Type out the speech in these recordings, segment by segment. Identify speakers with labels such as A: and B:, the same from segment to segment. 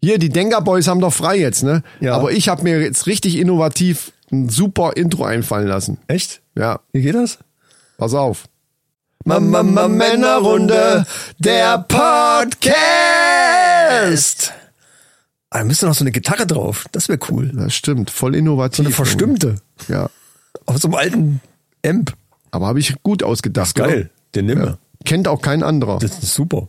A: Hier, die Denker Boys haben doch frei jetzt, ne?
B: Ja.
A: Aber ich habe mir jetzt richtig innovativ ein super Intro einfallen lassen.
B: Echt?
A: Ja,
B: Wie geht das?
A: pass auf.
B: Mama, Mama, Männerrunde, der Podcast. Ah, da müsste noch so eine Gitarre drauf. Das wäre cool.
A: Das stimmt, voll innovativ.
B: Eine verstimmte.
A: Ja,
B: Auf so einem alten Amp.
A: aber habe ich gut ausgedacht. Oder?
B: Den nehmen wir.
A: Kennt auch kein anderer.
B: Das ist super.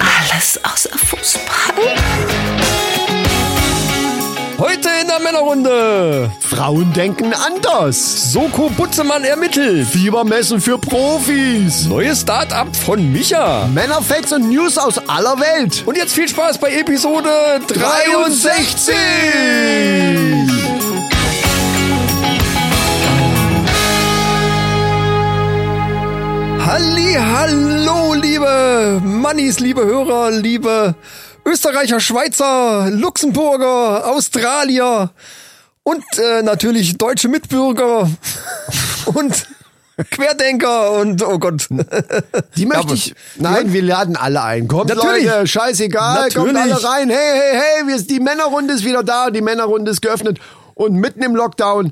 C: Alles außer Fußball.
B: Heute in der Männerrunde.
A: Frauen denken anders.
B: Soko Butzemann ermittelt.
A: Fiebermessen für Profis.
B: Neues Start-up von Micha.
A: Männerfacts und News aus aller Welt.
B: Und jetzt viel Spaß bei Episode
A: 63.
B: Halli, hallo, liebe Mannis, liebe Hörer, liebe Österreicher, Schweizer, Luxemburger, Australier und äh, natürlich deutsche Mitbürger und Querdenker und oh Gott.
A: Die möchte
B: aber-
A: ich. Nein, wir laden alle ein. Kommt
B: Natürlich.
A: Leute, scheißegal, kommt alle
B: Natürlich.
A: rein. Hey, hey, hey, wir, die Männerrunde ist wieder da, die Männerrunde ist geöffnet. Und mitten im Lockdown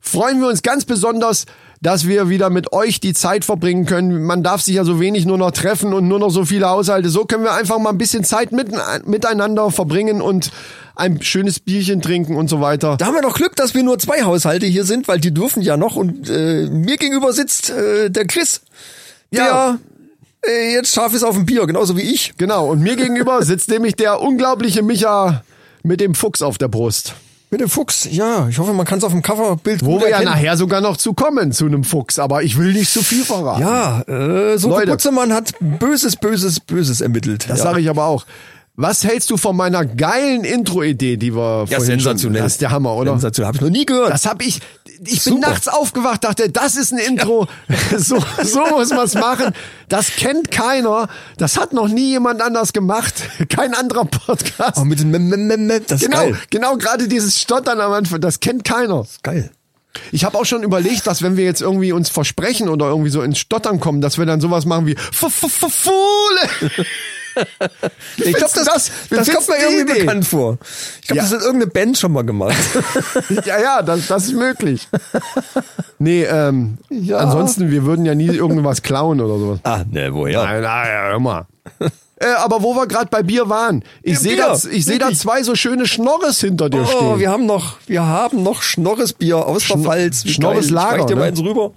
A: freuen wir uns ganz besonders, dass wir wieder mit euch die Zeit verbringen können. Man darf sich ja so wenig nur noch treffen und nur noch so viele Haushalte. So können wir einfach mal ein bisschen Zeit mitten, miteinander verbringen und ein schönes Bierchen trinken und so weiter.
B: Da haben wir doch Glück, dass wir nur zwei Haushalte hier sind, weil die dürfen ja noch und äh, mir gegenüber sitzt äh, der Chris,
A: Ja.
B: der äh, jetzt scharf ist auf dem Bier, genauso wie ich.
A: Genau, und mir gegenüber sitzt nämlich der unglaubliche Micha mit dem Fuchs auf der Brust.
B: Mit dem Fuchs, ja. Ich hoffe, man kann es auf dem Coverbild
A: Wo
B: gut
A: wir ja
B: erkennen.
A: nachher sogar noch zu kommen, zu einem Fuchs, aber ich will nicht zu viel verraten.
B: Ja, äh, so
A: Leute.
B: Putzemann hat böses, böses, böses ermittelt.
A: Das
B: ja.
A: sage ich aber auch. Was hältst du von meiner geilen Intro-Idee, die wir
B: ja,
A: vorhin
B: sensationell.
A: Schon, das ist der Hammer, oder?
B: Sensationell, habe ich noch nie gehört.
A: Das habe ich. Ich bin
B: Super.
A: nachts aufgewacht, dachte, das ist ein Intro. So, so muss man's machen. Das kennt keiner. Das hat noch nie jemand anders gemacht. Kein anderer Podcast.
B: oh, mit dem Mem, Mem, Mem, Mem, das ist
A: genau,
B: geil.
A: genau gerade dieses Stottern am Anfang, das kennt keiner.
B: Geil.
A: Ich habe auch schon überlegt, dass wenn wir jetzt irgendwie uns versprechen oder irgendwie so ins Stottern kommen, dass wir dann sowas machen wie F -f -f Fohle.
B: Ich glaube,
A: findest du
B: das, das,
A: das? Wie
B: kommt
A: findest
B: mir
A: du die
B: irgendwie
A: Idee?
B: bekannt vor. Ich glaube,
A: Ja.
B: das hat irgendeine Band schon mal gemacht.
A: Ja, ja, das, das ist möglich. Nee, ähm,
B: Ja.
A: ansonsten, wir würden ja nie irgendwas klauen oder sowas.
B: ah, ne, woher?
A: Nein, nein, ja, hör mal. Äh, aber wo wir gerade bei Bier waren, ich
B: Ja,
A: sehe
B: Bier,
A: da, ich seh da
B: wirklich.
A: zwei so schöne Schnorres hinter dir
B: Oh,
A: stehen.
B: wir haben noch, wir haben noch Schnorres Bier aus der
A: Schn-
B: Pfalz. Wie
A: Schnorres
B: geil. Ich
A: Lager,
B: reich dir
A: ne?
B: mal eins rüber.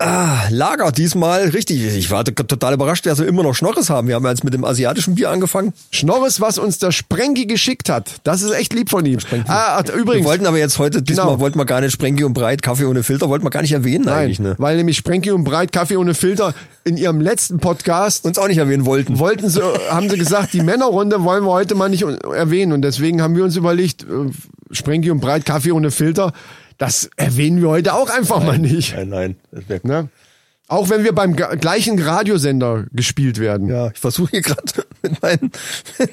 B: Ah, Lager diesmal, richtig. Ich war t- total überrascht, dass wir immer noch Schnorres haben. Wir haben ja jetzt mit dem asiatischen Bier angefangen.
A: Schnorres, was uns der Sprengi geschickt hat. Das ist echt lieb von ihm. Ah, ah,
B: Wir
A: übrigens,
B: wollten aber jetzt heute, diesmal
A: Genau.
B: wollten wir gar nicht Sprengi und Breit, Kaffee ohne Filter, wollten wir gar nicht erwähnen
A: Nein,
B: eigentlich. Ne?
A: weil nämlich Sprenki und Breit Kaffee ohne Filter in ihrem letzten Podcast
B: Uns auch nicht erwähnen wollten.
A: wollten sie, haben sie gesagt, die Männerrunde wollen wir heute mal nicht un- erwähnen. Und deswegen haben wir uns überlegt, äh, Sprenki und Breit Kaffee ohne Filter, das erwähnen wir heute auch einfach mal nicht.
B: Nein, nein. das wär-
A: Ne? Auch wenn wir beim ga- gleichen Radiosender gespielt werden.
B: Ja, ich versuche hier gerade mit meinen...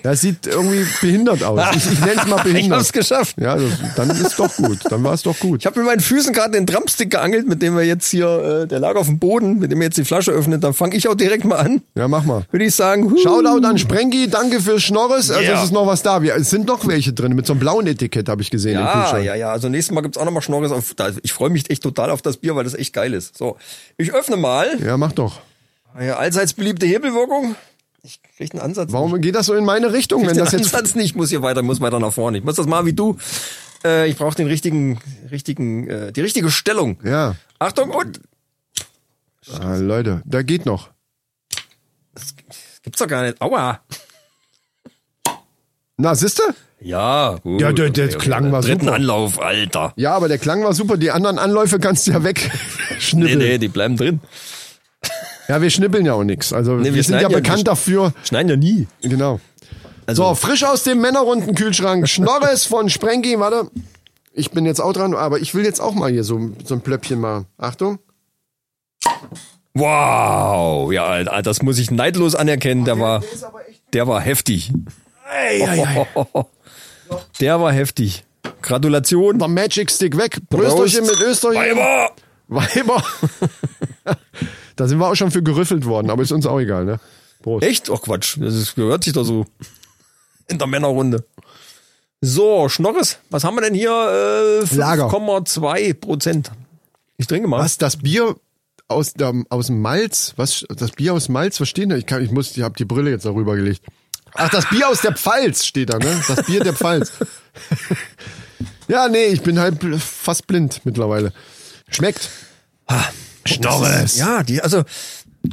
A: Das sieht irgendwie behindert aus. Ich, ich nenne es mal
B: ich
A: behindert.
B: hab's geschafft.
A: ja, das, dann ist doch gut. Dann war es doch gut.
B: Ich habe mit meinen Füßen gerade den Drumstick geangelt, mit dem wir jetzt hier, äh, der lag auf dem Boden, mit dem wir jetzt die Flasche öffnet. Dann fange ich auch direkt mal an.
A: Ja, mach mal.
B: Würde ich sagen, huh.
A: Shoutout an Sprengi, danke für Schnorres. Also
B: Yeah.
A: es ist noch was da. Wir, es sind noch welche drin, mit so einem blauen Etikett habe ich gesehen im
B: Ja,
A: Kühlschrank.
B: ja, ja. Also nächstes Mal gibt's auch nochmal Schnorres. Auf, da, ich freue mich echt total auf das Bier, weil das echt geil ist. So, ich öffne mal.
A: Ja, mach doch.
B: Ja, allseits beliebte Hebelwirkung. Ich krieg einen Ansatz.
A: Warum geht das so in meine Richtung, wenn
B: den
A: das jetzt...
B: Ansatz nicht, muss hier weiter, muss weiter nach vorne. Ich muss das mal wie du. Äh, ich brauche den richtigen, richtigen, äh, die richtige Stellung.
A: Ja,
B: Achtung und
A: ah, Leute, da geht noch.
B: das gibt's doch gar nicht. Aua.
A: Na, siehste?
B: Ja, gut.
A: Ja, der- der
B: Okay, okay.
A: Klang war
B: Dritten
A: super.
B: Anlauf, Alter.
A: Ja, aber der Klang war super. Die anderen Anläufe kannst du ja
B: Nee,
A: wegschnippeln.
B: nee, die bleiben drin.
A: Ja, wir schnippeln ja auch nichts. Also wir,
B: wir
A: sind ja
B: schneiden ja
A: bekannt
B: nicht.
A: dafür.
B: Schneiden ja nie.
A: Genau.
B: Also-
A: so, frisch aus dem Männerrunden-Kühlschrank. Schnorres von Sprengi. Warte, ich bin jetzt auch dran, aber ich will jetzt auch mal hier so, so ein Plöppchen mal. Achtung.
B: Wow, ja, das muss ich neidlos anerkennen. Der war, der war heftig. Der war heftig. Gratulation.
A: Der Magic Stick weg.
B: Prost.
A: Brösterchen mit Österchen.
B: Weiber!
A: Weiber. da sind wir auch schon für gerüffelt worden, aber ist uns auch egal, ne? Prost.
B: Echt? Ach Quatsch, das ist, gehört sich doch so. In der Männerrunde. So, Schnorres, was haben wir denn hier? Äh,
A: Lager.
B: 5,2 Prozent. Ich trinke mal.
A: Was, das Bier aus, der, aus dem Malz? Was, das Bier aus Malz? Was steht da? Ich, kann, ich muss, ich habe die Brille jetzt darüber gelegt. Ach, das Bier aus der Pfalz steht da, ne? Das Bier der Pfalz. ja, nee, ich bin halt bl- fast blind mittlerweile. Schmeckt. Schnorres.
B: Ja, die, also,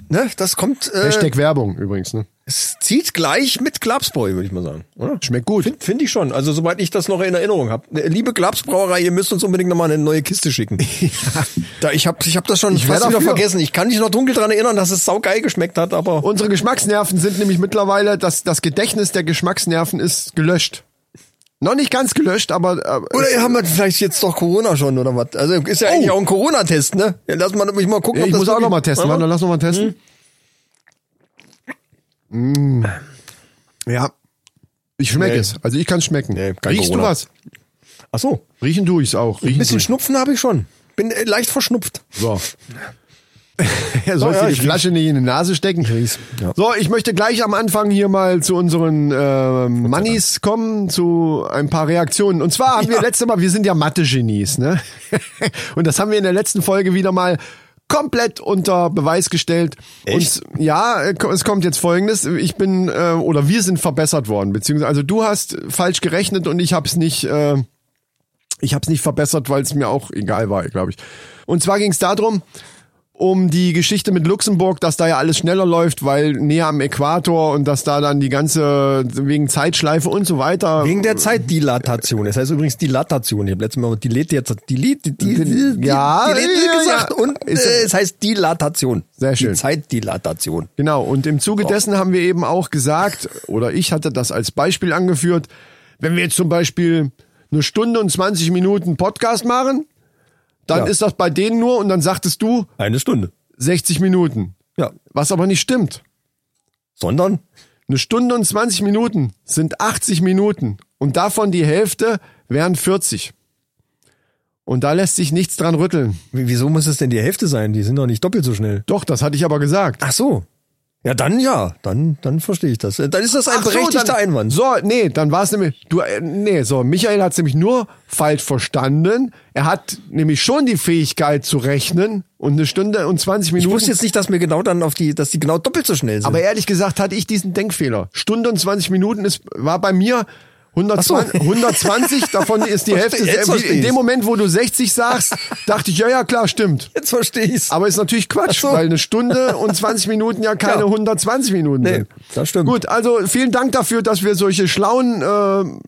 B: ne, das kommt, äh,
A: Hashtag Werbung übrigens, ne?
B: es zieht gleich mit Glapsbräu, würde ich mal sagen. Oder?
A: Schmeckt gut.
B: Finde find ich schon. Also, soweit ich das noch in Erinnerung habe. Liebe Glapsbrauerei, ihr müsst uns unbedingt nochmal eine neue Kiste schicken. da, ich habe ich hab das schon
A: Ich wär
B: fast wieder
A: dafür.
B: vergessen. Ich kann mich noch dunkel dran erinnern, dass es saugeil geschmeckt hat, aber
A: Unsere Geschmacksnerven sind nämlich mittlerweile, das, das Gedächtnis der Geschmacksnerven ist gelöscht. Noch nicht ganz gelöscht, aber äh,
B: Oder haben wir vielleicht jetzt doch Corona schon oder was? Also ist ja eigentlich auch ein Corona-Test, ne? Ja, lass mal mich mal gucken.
A: Oh. ich muss auch
B: wirklich-
A: noch mal testen. Warte, lass noch
B: hm?
A: mal testen. Mm. Ja, ich schmecke
B: Hm. Nee.
A: es. Also ich kann es schmecken.
B: Nee, kein
A: Riechst
B: Corona.
A: du was?
B: Ach so,
A: Riechen tue ich es auch.
B: ein
A: Riechen
B: bisschen
A: tue
B: Schnupfen habe ich schon. Bin äh, leicht verschnupft.
A: ich's. So. Er soll
B: Oh ja,
A: die
B: ich
A: Flasche nicht in die Nase stecken.
B: Ja.
A: So, ich möchte gleich am Anfang hier mal zu unseren äh, Mannis kommen, zu ein paar Reaktionen. Und zwar haben wir letzte Mal, wir sind ja Mathe-Genies, ne? Und das haben wir in der letzten Folge wieder mal komplett unter Beweis gestellt.
B: Echt?
A: Und ja, äh, ko- es kommt jetzt folgendes. Ich bin, äh, oder wir sind verbessert worden, beziehungsweise, also du hast falsch gerechnet und ich hab's nicht. Äh, ich habe es nicht verbessert, weil es mir auch egal war, glaube ich. Und zwar ging es darum, um die Geschichte mit Luxemburg, dass da ja alles schneller läuft, weil näher am Äquator und dass da dann die ganze wegen Zeitschleife und so weiter.
B: Wegen der Zeitdilatation. Das heißt übrigens Dilatation. Ich habe letztes Mal Dilet jetzt Dilet, die, die, die,
A: Ja,
B: Dilet
A: ja,
B: gesagt
A: ja.
B: und äh,
A: Ist-
B: es heißt Dilatation.
A: Sehr schön.
B: Die Zeitdilatation.
A: Genau, und im Zuge dessen haben wir eben auch gesagt, oder ich hatte das als Beispiel angeführt, wenn wir jetzt zum Beispiel eine Stunde und 20 Minuten Podcast machen, dann
B: Ja.
A: ist das bei denen nur und dann sagtest du
B: Eine Stunde.
A: 60 Minuten,
B: Ja.
A: was aber nicht stimmt.
B: Sondern
A: Eine Stunde und 20 Minuten sind 80 Minuten und davon die Hälfte wären 40. Und da lässt sich nichts dran rütteln.
B: w- wieso muss es denn die Hälfte sein? Die sind doch nicht doppelt so schnell.
A: Doch, das hatte ich aber gesagt.
B: Ach so. Ja, dann ja, dann dann verstehe ich das. Äh, Dann ist das ein berechtigter
A: dann,
B: Einwand.
A: So, nee, dann war es nämlich, du, äh, nee, so, Michael hat es nämlich nur falsch verstanden. Er hat nämlich schon die Fähigkeit zu rechnen und eine Stunde und 20
B: Ich
A: Minuten.
B: wusste jetzt nicht, dass mir genau dann auf die, dass die genau doppelt so schnell sind.
A: aber ehrlich gesagt hatte ich diesen Denkfehler. Stunde und 20 Minuten ist, war bei mir 120,
B: Ach so.
A: 120 davon ist die Hälfte.
B: Verstehe, jetzt
A: Wie-
B: verstehe
A: in dem
B: ich's.
A: Moment, wo du 60 sagst, dachte ich, ja, ja, klar, stimmt.
B: jetzt verstehe ich's.
A: Aber ist natürlich Quatsch,
B: Ach so.
A: weil eine Stunde und 20 Minuten ja keine
B: Ja.
A: 120 Minuten
B: Nee,
A: sind.
B: das stimmt.
A: Gut, also vielen Dank dafür, dass wir solche schlauen äh,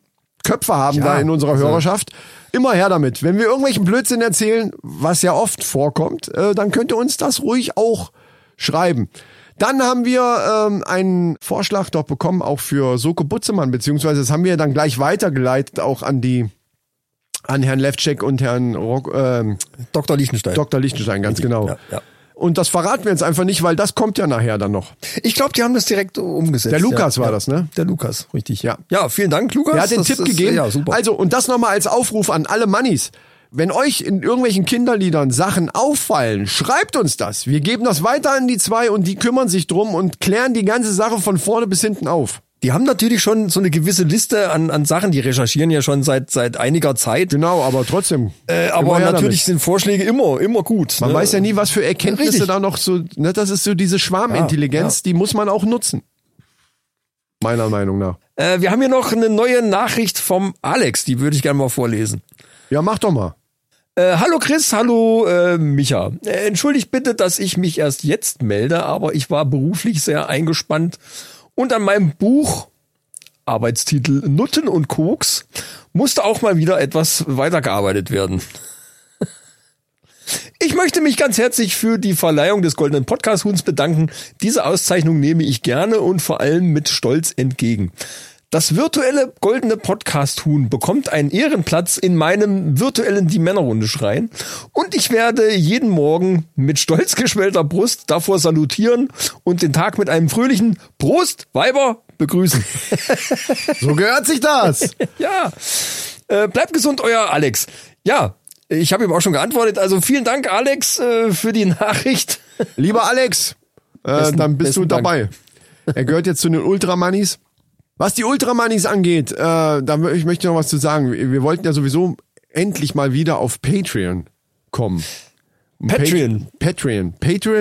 A: Köpfe haben
B: Ja,
A: da in unserer
B: also-
A: Hörerschaft. Immer her damit. Wenn wir irgendwelchen Blödsinn erzählen, was ja oft vorkommt, äh, dann könnt ihr uns das ruhig auch schreiben. Dann haben wir ähm, einen Vorschlag doch bekommen, auch für Soko Butzemann, beziehungsweise das haben wir dann gleich weitergeleitet, auch an die an Herrn Levcek und Herrn Rock, ähm,
B: Dr. Liechtenstein.
A: Dr. Lichtenstein, ganz genau.
B: Ja, ja.
A: Und das verraten wir jetzt einfach nicht, weil das kommt ja nachher dann noch.
B: ich glaube, die haben das direkt umgesetzt.
A: Der Lukas
B: ja,
A: war
B: ja.
A: das, ne?
B: Der Lukas, richtig.
A: Ja.
B: Ja, vielen Dank, Lukas.
A: Er hat den
B: Das
A: Tipp
B: ist-
A: gegeben.
B: Ja, super.
A: Also, und das nochmal als Aufruf an alle Mannis. Wenn euch in irgendwelchen Kinderliedern Sachen auffallen, schreibt uns das. Wir geben das weiter an die zwei und die kümmern sich drum und klären die ganze Sache von vorne bis hinten auf.
B: die haben natürlich schon so eine gewisse Liste an, an Sachen, die recherchieren ja schon seit seit einiger Zeit.
A: Genau, aber trotzdem.
B: Äh,
A: immer
B: aber
A: her
B: natürlich sind Vorschläge immer immer gut. ne?
A: Damit. Man weiß ja nie, was für Erkenntnisse
B: Richtig.
A: da noch so. Ne, das ist so diese Schwarmintelligenz,
B: Ja, ja.
A: die muss man auch nutzen. Meiner Meinung nach.
B: Äh, wir haben hier noch eine neue Nachricht vom Alex, die würde ich gerne mal vorlesen.
A: Ja, mach doch mal.
B: Äh, hallo Chris, hallo äh, Micha. Äh, entschuldigt bitte, dass ich mich erst jetzt melde, aber ich war beruflich sehr eingespannt und an meinem Buch Arbeitstitel Nutten und Koks musste auch mal wieder etwas weitergearbeitet werden. Ich möchte mich ganz herzlich für die Verleihung des Goldenen Podcast-Huhns bedanken. Diese Auszeichnung nehme ich gerne und vor allem mit Stolz entgegen. Das virtuelle goldene Podcast-Huhn bekommt einen Ehrenplatz in meinem virtuellen Die Männerrunde-Schrein und ich werde jeden Morgen mit stolz geschwellter Brust davor salutieren und den Tag mit einem fröhlichen Prost, Weiber, begrüßen.
A: So gehört sich das.
B: Ja. Äh, bleibt gesund, euer Alex. Ja, ich habe ihm auch schon geantwortet. Also vielen Dank, Alex, äh, für die Nachricht.
A: Lieber Alex, äh,
B: Besten-
A: dann bist du
B: besten Dank.
A: dabei. Er gehört jetzt zu den Ultramannis. Was die Ultramannis angeht, äh, da mö- ich möchte noch was zu sagen. Wir wir wollten ja sowieso endlich mal wieder auf Patreon kommen.
B: Patreon.
A: Pa- Patreon. Patreon.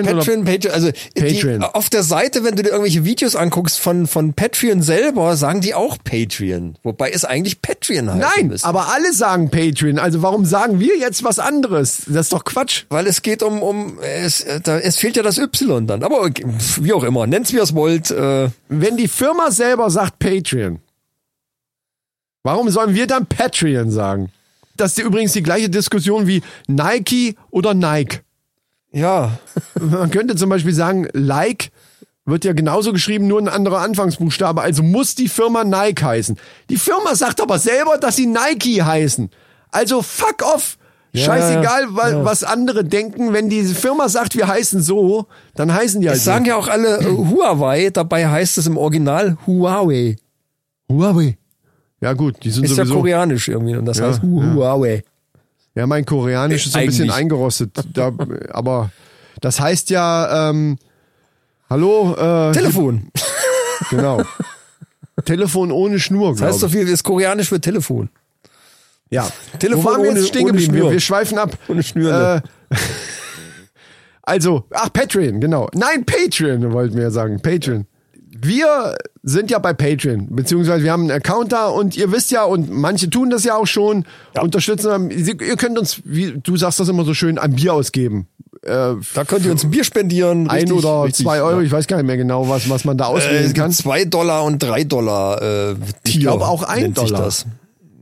A: Patreon.
B: Patreon, Patreon, also
A: Genau. Patreon.
B: Die, auf der Seite, wenn du dir irgendwelche Videos anguckst von, von Patreon selber, sagen die auch Patreon. Wobei es eigentlich Patreon heißt.
A: Oder Nein, aber alle sagen Patreon. Also warum sagen wir jetzt was anderes? Das ist doch Quatsch.
B: Weil es geht um, um es, äh, da, es fehlt ja das Y dann. Aber okay, pf, wie auch immer, nennt's wie es wollt. Äh,
A: Wenn die Firma selber sagt Patreon, warum sollen wir dann Patreon sagen? Das ist übrigens die gleiche Diskussion wie Nike oder Nike.
B: ja,
A: Man könnte zum Beispiel sagen, Like wird ja genauso geschrieben, nur ein anderer Anfangsbuchstabe. Also muss die Firma Nike heißen. Die Firma sagt aber selber, dass sie Nike heißen. Also fuck off. Scheißegal, wa- was andere denken. Wenn diese Firma sagt, wir heißen so, dann heißen die halt
B: es sagen ja auch alle äh, Huawei, dabei heißt es im Original Huawei.
A: so. Huawei. Ja gut, die sind
B: Ist ja
A: sowieso. Ja,
B: koreanisch irgendwie und das heißt Hu- Huawei.
A: mein Koreanisch ist so ein
B: Eigentlich.
A: bisschen eingerostet. Da, aber das heißt ja, ähm, hallo, äh,
B: Telefon.
A: genau. Telefon ohne Schnur,
B: Das
A: glaub
B: heißt so
A: ich.
B: viel wie es koreanisch für Telefon.
A: Ja.
B: Telefon
A: Wo waren wir
B: ohne-
A: jetzt stehen
B: ohne
A: geblieben? Wir,
B: Schnür.
A: wir schweifen ab.
B: Ohne ne? Schnürle.
A: Äh, also, ach, Patreon, genau. Nein, Patreon wollten wir ja sagen. Patreon. Wir sind ja bei Patreon, beziehungsweise wir haben einen Account da und ihr wisst ja, und manche tun das ja auch schon, unterstützen, ihr könnt uns, wie du sagst das immer so schön, ein Bier ausgeben. Äh,
B: Da könnt ihr uns ein Bier spendieren.
A: ein
B: Richtig,
A: oder
B: richtig,
A: zwei Euro, ich weiß gar nicht mehr genau, was, was man da auswählen
B: Äh,
A: kann.
B: zwei Dollar und drei Dollar äh, Tier.
A: glaube, auch ein
B: nennt sich
A: Dollar.
B: Das.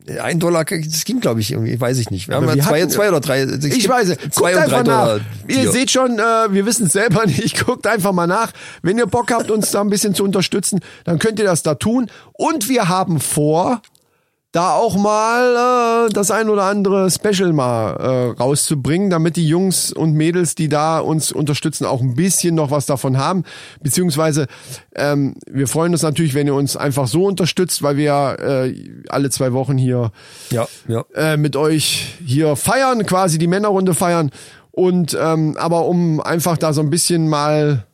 B: Äh, Ein Dollar, das ging glaube ich irgendwie, weiß ich nicht. Wir haben
A: Aber
B: ja
A: wir
B: zwei,
A: hatten-
B: zwei oder drei. es
A: Ich
B: gibt
A: weiß es.
B: Zwei
A: Guckt
B: und drei
A: einfach nach.
B: Dollar.
A: Ihr
B: Tier.
A: seht schon, äh, wir wissen es selber nicht. Guckt einfach mal nach. Wenn ihr Bock habt, uns da ein bisschen zu unterstützen, dann könnt ihr das da tun. Und wir haben vor, da auch mal äh, das ein oder andere Special mal äh, rauszubringen, damit die Jungs und Mädels, die da uns unterstützen, auch ein bisschen noch was davon haben. Beziehungsweise ähm, wir freuen uns natürlich, wenn ihr uns einfach so unterstützt, weil wir äh, alle zwei Wochen hier
B: ja, ja.
A: äh, mit euch hier feiern, quasi die Männerrunde feiern. Und ähm, aber um einfach da so ein bisschen mal,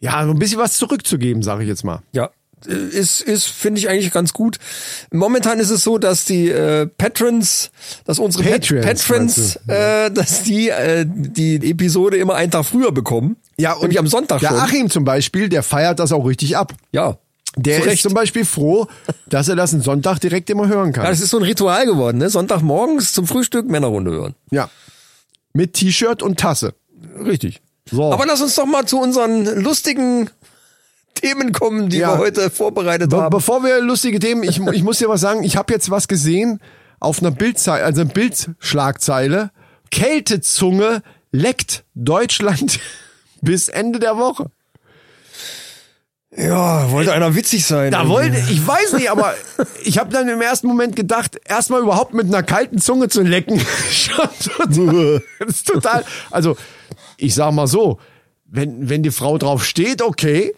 A: ja, so ein bisschen was zurückzugeben, sage ich jetzt mal.
B: Ja, Äh, ist, ist finde ich eigentlich ganz gut. Momentan ist es so, dass die äh, Patrons, dass unsere Pat-
A: Patrons,
B: Patrons, äh, dass die äh, die Episode immer einen Tag früher bekommen. Nämlich am Sonntag
A: Der
B: schon.
A: Achim zum Beispiel, der feiert das auch richtig ab.
B: ja.
A: Der
B: Zu
A: ist
B: Recht.
A: zum Beispiel froh, dass er das am Sonntag direkt immer hören
B: Ja,
A: kann.
B: das ist so ein Ritual geworden, ne? Sonntagmorgens zum Frühstück Männerrunde hören.
A: Ja. Mit T-Shirt und Tasse.
B: Richtig.
A: So.
B: Aber lass uns doch mal zu unseren lustigen Themen kommen, die
A: Ja.
B: wir heute vorbereitet
A: Be
B: haben.
A: bevor wir lustige Themen, ich, ich muss dir was sagen, ich habe jetzt was gesehen auf einer Bildzeile, also einer Bildschlagzeile. Kältezunge leckt Deutschland bis Ende der Woche.
B: Ja, wollte einer witzig sein.
A: Da wollte ich weiß nicht, aber ich habe dann im ersten Moment gedacht, erstmal überhaupt mit einer kalten Zunge zu lecken. schon total, das ist total. Also, ich sag mal so, wenn wenn die Frau drauf steht, okay,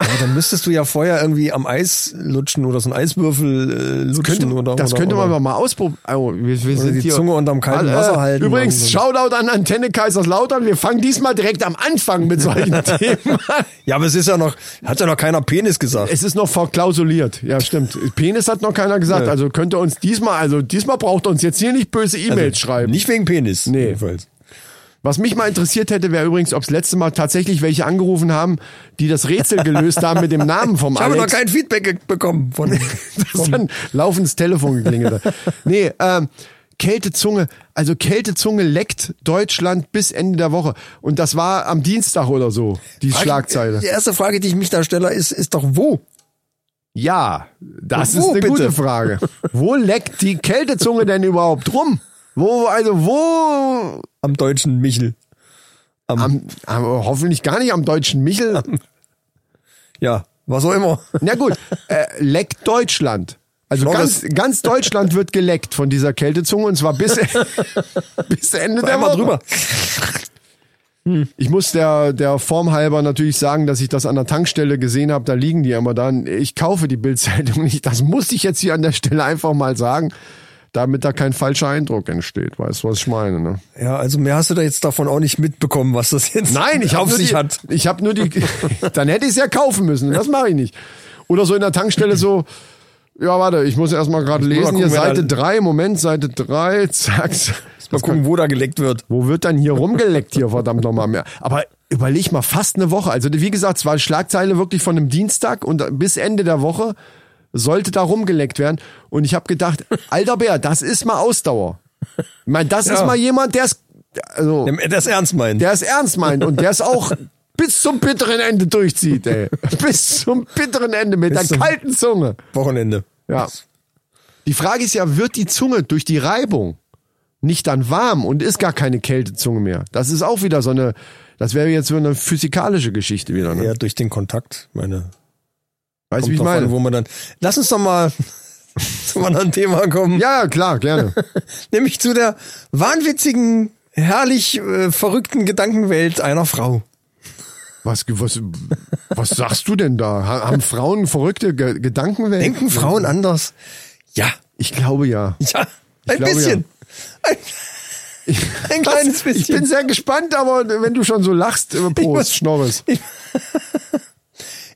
B: ja, dann müsstest du ja vorher irgendwie am Eis lutschen oder so einen Eiswürfel äh, lutschen
A: könnte,
B: oder
A: das
B: oder,
A: könnte man
B: oder.
A: aber mal ausprobieren. Oh, wir, wir sind
B: die
A: hier.
B: Zunge unterm kalten
A: Alle- äh,
B: Wasser halten.
A: Übrigens,
B: Und-
A: Shoutout an Antenne Kaiserslautern. Wir fangen diesmal direkt am Anfang mit solchen Themen an.
B: Ja, aber es ist ja noch, hat ja noch keiner Penis gesagt.
A: Es ist noch verklausuliert. Ja, stimmt. Penis hat noch keiner gesagt. Also könnte uns diesmal, also diesmal braucht er uns jetzt hier nicht böse
B: Also
A: E-Mails schreiben.
B: Nicht wegen Penis. Nee. Jedenfalls.
A: Was mich mal interessiert hätte, wäre übrigens, ob das letzte Mal tatsächlich welche angerufen haben, die das Rätsel gelöst haben mit dem Namen vom
B: Ich habe
A: Alex.
B: noch kein Feedback ge- bekommen von.
A: dass dann laufendes Telefon geklingelt hat. Nee, ähm, Kältezunge, also Kältezunge leckt Deutschland bis Ende der Woche. Und das war am Dienstag oder so, die
B: Also, Die
A: Schlagzeile.
B: erste Frage, die ich mich da stelle, ist, ist doch wo?
A: Ja, das
B: Wo
A: ist eine
B: bitte?
A: gute Frage. Wo leckt die Kältezunge denn überhaupt rum? Wo, also wo?
B: Am deutschen Michel.
A: Am, am, hoffentlich gar nicht am deutschen Michel.
B: Ja. was auch immer.
A: Na gut, äh, leckt Deutschland. Also
B: Flores-
A: ganz, ganz Deutschland wird geleckt von dieser Kältezunge und zwar bis, bis Ende der
B: Einmal
A: Woche.
B: drüber.
A: Ich muss der, der Form halber natürlich sagen, dass ich das an der Tankstelle gesehen habe. Da liegen die immer da. Ich kaufe die Bildzeitung nicht. Das muss ich jetzt hier an der Stelle einfach mal sagen, damit da kein falscher Eindruck entsteht. Weißt du, was ich meine? Ne?
B: Ja, also mehr hast du da jetzt davon auch nicht mitbekommen, was das jetzt
A: Nein, ich
B: auf
A: habe
B: sich
A: die,
B: hat.
A: Ich habe nur die. Dann hätte ich es ja kaufen müssen. Das mache ich nicht. Oder so in der Tankstelle so. Ja, warte, ich muss erst mal gerade
B: mal
A: lesen.
B: gucken,
A: Hier
B: wer
A: Seite
B: da-
A: 3, Moment, Seite 3, zack. zack.
B: Mal gucken, wo da geleckt wird.
A: Wo wird dann hier rumgeleckt hier, verdammt nochmal mehr? Aber überleg mal, fast eine Woche. Also wie gesagt, es war Schlagzeile wirklich von einem Dienstag und bis Ende der Woche sollte da rumgeleckt werden. Und ich habe gedacht, alter Bär, das ist mal Ausdauer. Ich meine, das ist mal jemand, der es also,
B: Ähm, äh, Das ernst meint.
A: der es ernst meint und der es auch bis zum bitteren Ende durchzieht, ey. Bis zum bitteren Ende mit
B: Bis
A: der
B: zum-
A: kalten Zunge.
B: Wochenende.
A: Ja. Die Frage ist ja, wird die Zunge durch die Reibung nicht dann warm und ist gar keine Kältezunge mehr? Das ist auch wieder so eine, das wäre jetzt so eine physikalische Geschichte wieder, ne?
B: Ja, durch den Kontakt, meine.
A: weißt du,
B: Kommt
A: wie ich
B: drauf an,
A: meine?
B: wo man dann. Lass uns doch mal zum anderen Thema kommen.
A: Ja, ja, klar, gerne.
B: Nämlich zu der wahnwitzigen, herrlich äh, verrückten Gedankenwelt einer Frau.
A: Was, was, was sagst du denn da? Ha- Haben Frauen verrückte Ge Gedankenwelt?
B: Denken Frauen anders? Ja,
A: Ich glaube ja.
B: ja, ein
A: glaube,
B: bisschen. Ein, ein kleines
A: Ich bin
B: bisschen.
A: sehr gespannt, aber wenn du schon so lachst, äh, Prost,
B: muss-
A: Schnorres.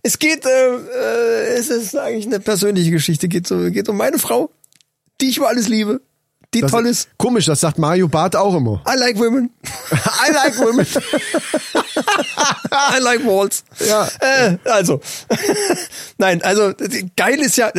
B: Es geht, äh, äh, es ist eigentlich eine persönliche Geschichte. Geht so, geht um meine Frau, die ich über alles liebe, die
A: Das-
B: toll ist.
A: Komisch, das sagt Mario Barth auch immer.
B: I like women.
A: I like women.
B: I like walls.
A: Ja.
B: Äh, also, nein, also geil ist ja,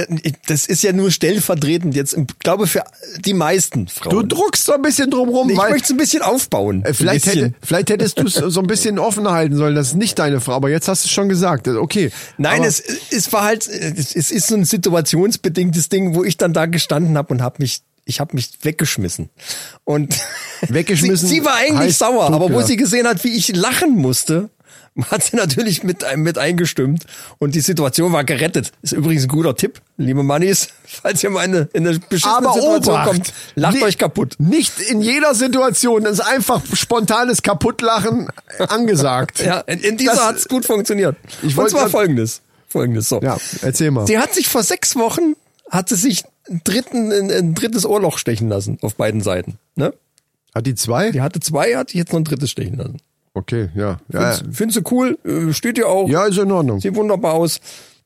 B: das ist ja nur stellvertretend jetzt, ich glaube für die meisten
A: Du
B: Frauen.
A: druckst so ein bisschen drumrum.
B: ich
A: weil-
B: möchte es ein bisschen aufbauen.
A: Äh, Vielleicht,
B: ein bisschen.
A: hätte, vielleicht hättest du es so ein bisschen offen halten sollen, das ist nicht deine Frau, aber jetzt hast du es schon gesagt. Also, Okay.
B: Nein,
A: aber,
B: es, es war halt, es, es ist so ein situationsbedingtes Ding, wo ich dann da gestanden habe und habe mich, ich habe mich weggeschmissen. Und
A: Weggeschmissen
B: sie, sie war eigentlich
A: heißt
B: sauer, aber wo
A: totgelacht.
B: sie gesehen hat, wie ich lachen musste, hat sie natürlich mit, ein- mit eingestimmt und die Situation war gerettet. Ist übrigens ein guter Tipp, liebe Mannis, falls ihr mal in eine, in eine beschissene
A: aber
B: Situation
A: Obacht,
B: kommt, lacht
A: Ni-
B: euch kaputt.
A: Nicht in jeder Situation ist einfach spontanes Kaputtlachen angesagt.
B: Ja, in, in dieser
A: Das-
B: hat's gut funktioniert.
A: Ich
B: und
A: wollte
B: zwar
A: grad-
B: folgendes. Folgendes, so.
A: Ja, erzähl mal.
B: Sie hat sich vor sechs Wochen, hat sie sich einen dritten, ein, ein drittes Ohrloch stechen lassen, auf beiden Seiten. Ne?
A: Hat die zwei?
B: Die hatte zwei, hat sich jetzt noch ein drittes stechen lassen.
A: Okay, ja. Ja,
B: Find's, find's du cool, äh, steht ihr auch,
A: ja ist in Ordnung.
B: sieht wunderbar aus.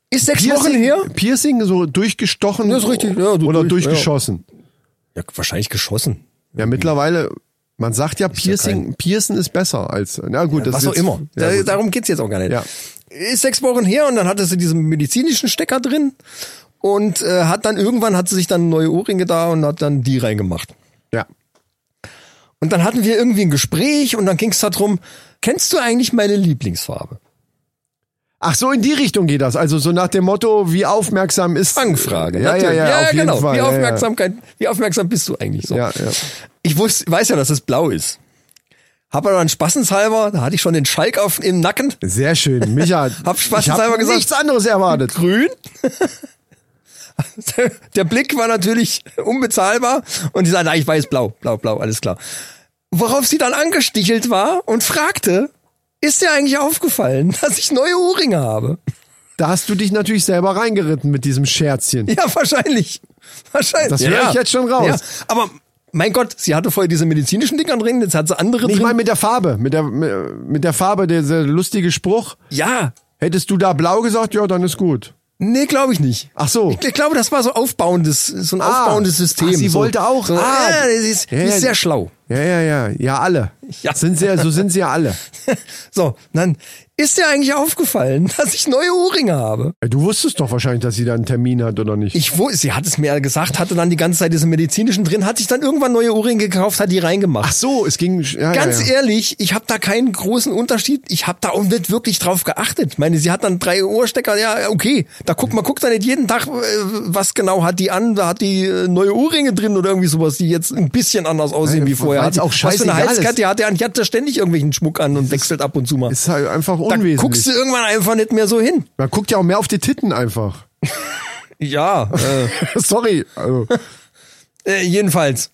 B: Ist sechs Wochen her?
A: Piercing so durchgestochen
B: Das ist richtig, ja, Mhm. so
A: oder
B: durch-
A: durchgeschossen.
B: Ja, wahrscheinlich geschossen.
A: Ja, mittlerweile, man sagt ja, Piercing, Piercen ist besser als, na gut, das
B: Was
A: ist
B: auch
A: jetzt-
B: immer.
A: Ja,
B: Da,
A: gut.
B: darum geht's jetzt auch gar nicht.
A: Ja.
B: Ist sechs Wochen her und dann hatte sie diesen medizinischen Stecker drin und äh, hat dann irgendwann hat sie sich dann neue Ohrringe da und hat dann die reingemacht.
A: ja.
B: Und dann hatten wir irgendwie ein Gespräch und dann ging's darum, kennst du eigentlich meine Lieblingsfarbe?
A: Ach so, in die Richtung geht das. Also so nach dem Motto, wie aufmerksam ist...
B: Fangfrage.
A: Ja, ja,
B: natürlich.
A: ja, auf jeden
B: genau.
A: Fall.
B: Wie,
A: ja,
B: Aufmerksamkeit, wie aufmerksam bist du eigentlich so?
A: Ja, ja.
B: Ich wusste, weiß ja, dass es blau ist. Hab aber dann spaßenshalber, da hatte ich schon den Schalk auf, im Nacken,
A: Ja. Sehr schön. Micha,
B: Hab Spaß
A: ich hab
B: selber gesagt.
A: nichts anderes erwartet.
B: grün. Der Blick war natürlich unbezahlbar und die sagte, na, ich weiß, blau, blau, blau, alles klar. Worauf sie dann angestichelt war und fragte, ist dir eigentlich aufgefallen, dass ich neue Ohrringe habe?
A: Da hast du dich natürlich selber reingeritten mit diesem Scherzchen.
B: Ja, wahrscheinlich. Wahrscheinlich.
A: Das
B: ja.
A: höre ich jetzt schon raus.
B: Aber mein Gott, sie hatte vorher diese medizinischen Dinger drin, jetzt hat sie andere
A: Ich
B: drin.
A: meine mit der Farbe, mit der, mit der Farbe, der, der lustige Spruch.
B: ja.
A: Hättest du da blau gesagt, ja, dann ist gut.
B: Nee, glaube ich nicht.
A: Ach so.
B: Ich, ich glaube, das war so aufbauendes, so ein
A: Ah.
B: aufbauendes System.
A: Ach, sie
B: so,
A: wollte auch.
B: So,
A: Ah.
B: ah, sie ist,
A: Ja,
B: die
A: ja.
B: ist sehr schlau.
A: Ja, ja, ja. Ja, alle.
B: Ja.
A: Sind sie ja, so sind sie ja alle.
B: So, dann ist dir eigentlich aufgefallen, dass ich neue Ohrringe habe.
A: Du wusstest doch wahrscheinlich, dass sie da einen Termin hat, oder nicht?
B: Ich wo, sie hat es mir gesagt, hatte dann die ganze Zeit diese medizinischen drin, hat sich dann irgendwann neue Ohrringe gekauft, hat die reingemacht.
A: Ach so, es ging... Ja,
B: Ganz
A: ja, ja.
B: ehrlich, ich habe da keinen großen Unterschied. Ich habe da auch nicht wirklich drauf geachtet. Ich meine, sie hat dann drei Ohrstecker. Ja, okay. Da guckt man guckt da nicht jeden Tag, äh, was genau hat die an. Da hat die äh, neue Ohrringe drin oder irgendwie sowas, die jetzt ein bisschen anders aussehen
A: Nein,
B: wie vorher.
A: weil's
B: Hat die-
A: auch
B: was für eine
A: scheißegal ist.
B: Halskette hat hat der, die hat da ständig irgendwelchen Schmuck an und wechselt ab und zu mal.
A: Ist halt einfach
B: Da
A: unwesentlich.
B: guckst du irgendwann einfach nicht mehr so hin.
A: Man guckt ja auch mehr auf die Titten einfach.
B: Ja, äh,
A: Sorry. Also,
B: äh, jedenfalls.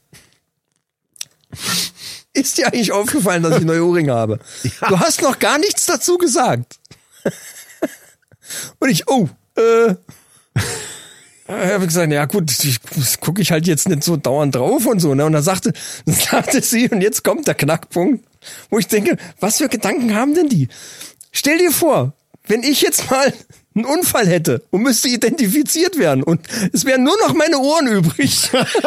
B: Ist dir eigentlich aufgefallen, dass ich neue Ohrringe habe? Du hast noch gar nichts dazu gesagt. Und ich, oh, äh, ich habe gesagt, ja gut, ich, gucke ich halt jetzt nicht so dauernd drauf und so. Ne? Und dann sagte, dann sagte sie, und jetzt kommt der Knackpunkt, wo ich denke, was für Gedanken haben denn die? Stell dir vor, wenn ich jetzt mal einen Unfall hätte und müsste identifiziert werden und es wären nur noch meine Ohren übrig.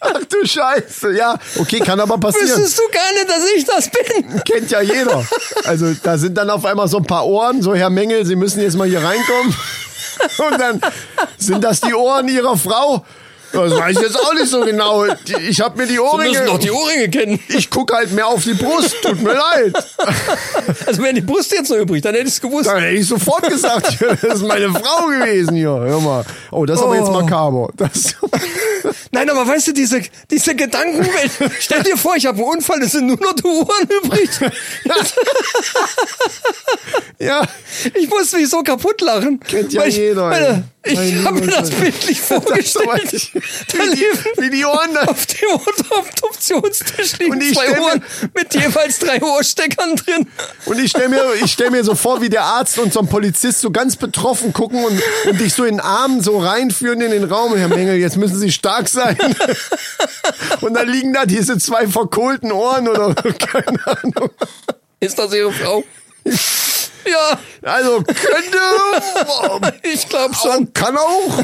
A: ach du Scheiße. Ja, okay, kann aber passieren.
B: Wüsstest du gar nicht, dass ich das bin?
A: Kennt ja jeder. Also da sind dann auf einmal so ein paar Ohren, so Herr Mengel, Sie müssen jetzt mal hier reinkommen. Und dann sind das die Ohren Ihrer Frau. Das weiß ich jetzt auch nicht so genau. Die- Ich habe mir die Ohrringe.
B: Ohrringe kennen.
A: ich gucke halt mehr auf die Brust. Tut mir leid.
B: Also wäre die Brust jetzt noch übrig, dann hätte ich es gewusst.
A: Dann hätte ich sofort gesagt, hier, das ist meine Frau gewesen hier. Hör mal. Oh, das ist aber jetzt
B: Oh.
A: makaber. Das,
B: Nein, aber weißt du, diese, diese Gedankenwelt. Stell dir vor, ich habe einen Unfall, es sind nur noch die Ohren übrig.
A: ja.
B: Ich muss mich so kaputt lachen.
A: Kennt ja
B: Weil ich,
A: jeder, ey.
B: Alter,
A: Mein
B: Ich habe mir
A: lieber
B: das
A: Scheiß.
B: bildlich vorgestellt.
A: weiß ich.
B: da
A: Wie
B: liefen
A: die, wie die Ohren dann.
B: auf dem Obduktionstisch liegen
A: Und ich
B: zwei
A: stell mir-
B: Ohren mit jeweils drei Ohrsteckern drin.
A: Und ich stell mir, ich stell mir so vor, wie der Arzt und so ein Polizist so ganz betroffen gucken und, und dich so in den Armen so reinführen in den Raum. Herr Mengel, jetzt müssen Sie stark sein. Und dann liegen da diese zwei verkohlten Ohren oder keine Ahnung.
B: Ist das ihre Frau? Ja,
A: Also könnte,
B: ich glaube
A: auch,
B: schon.
A: kann auch.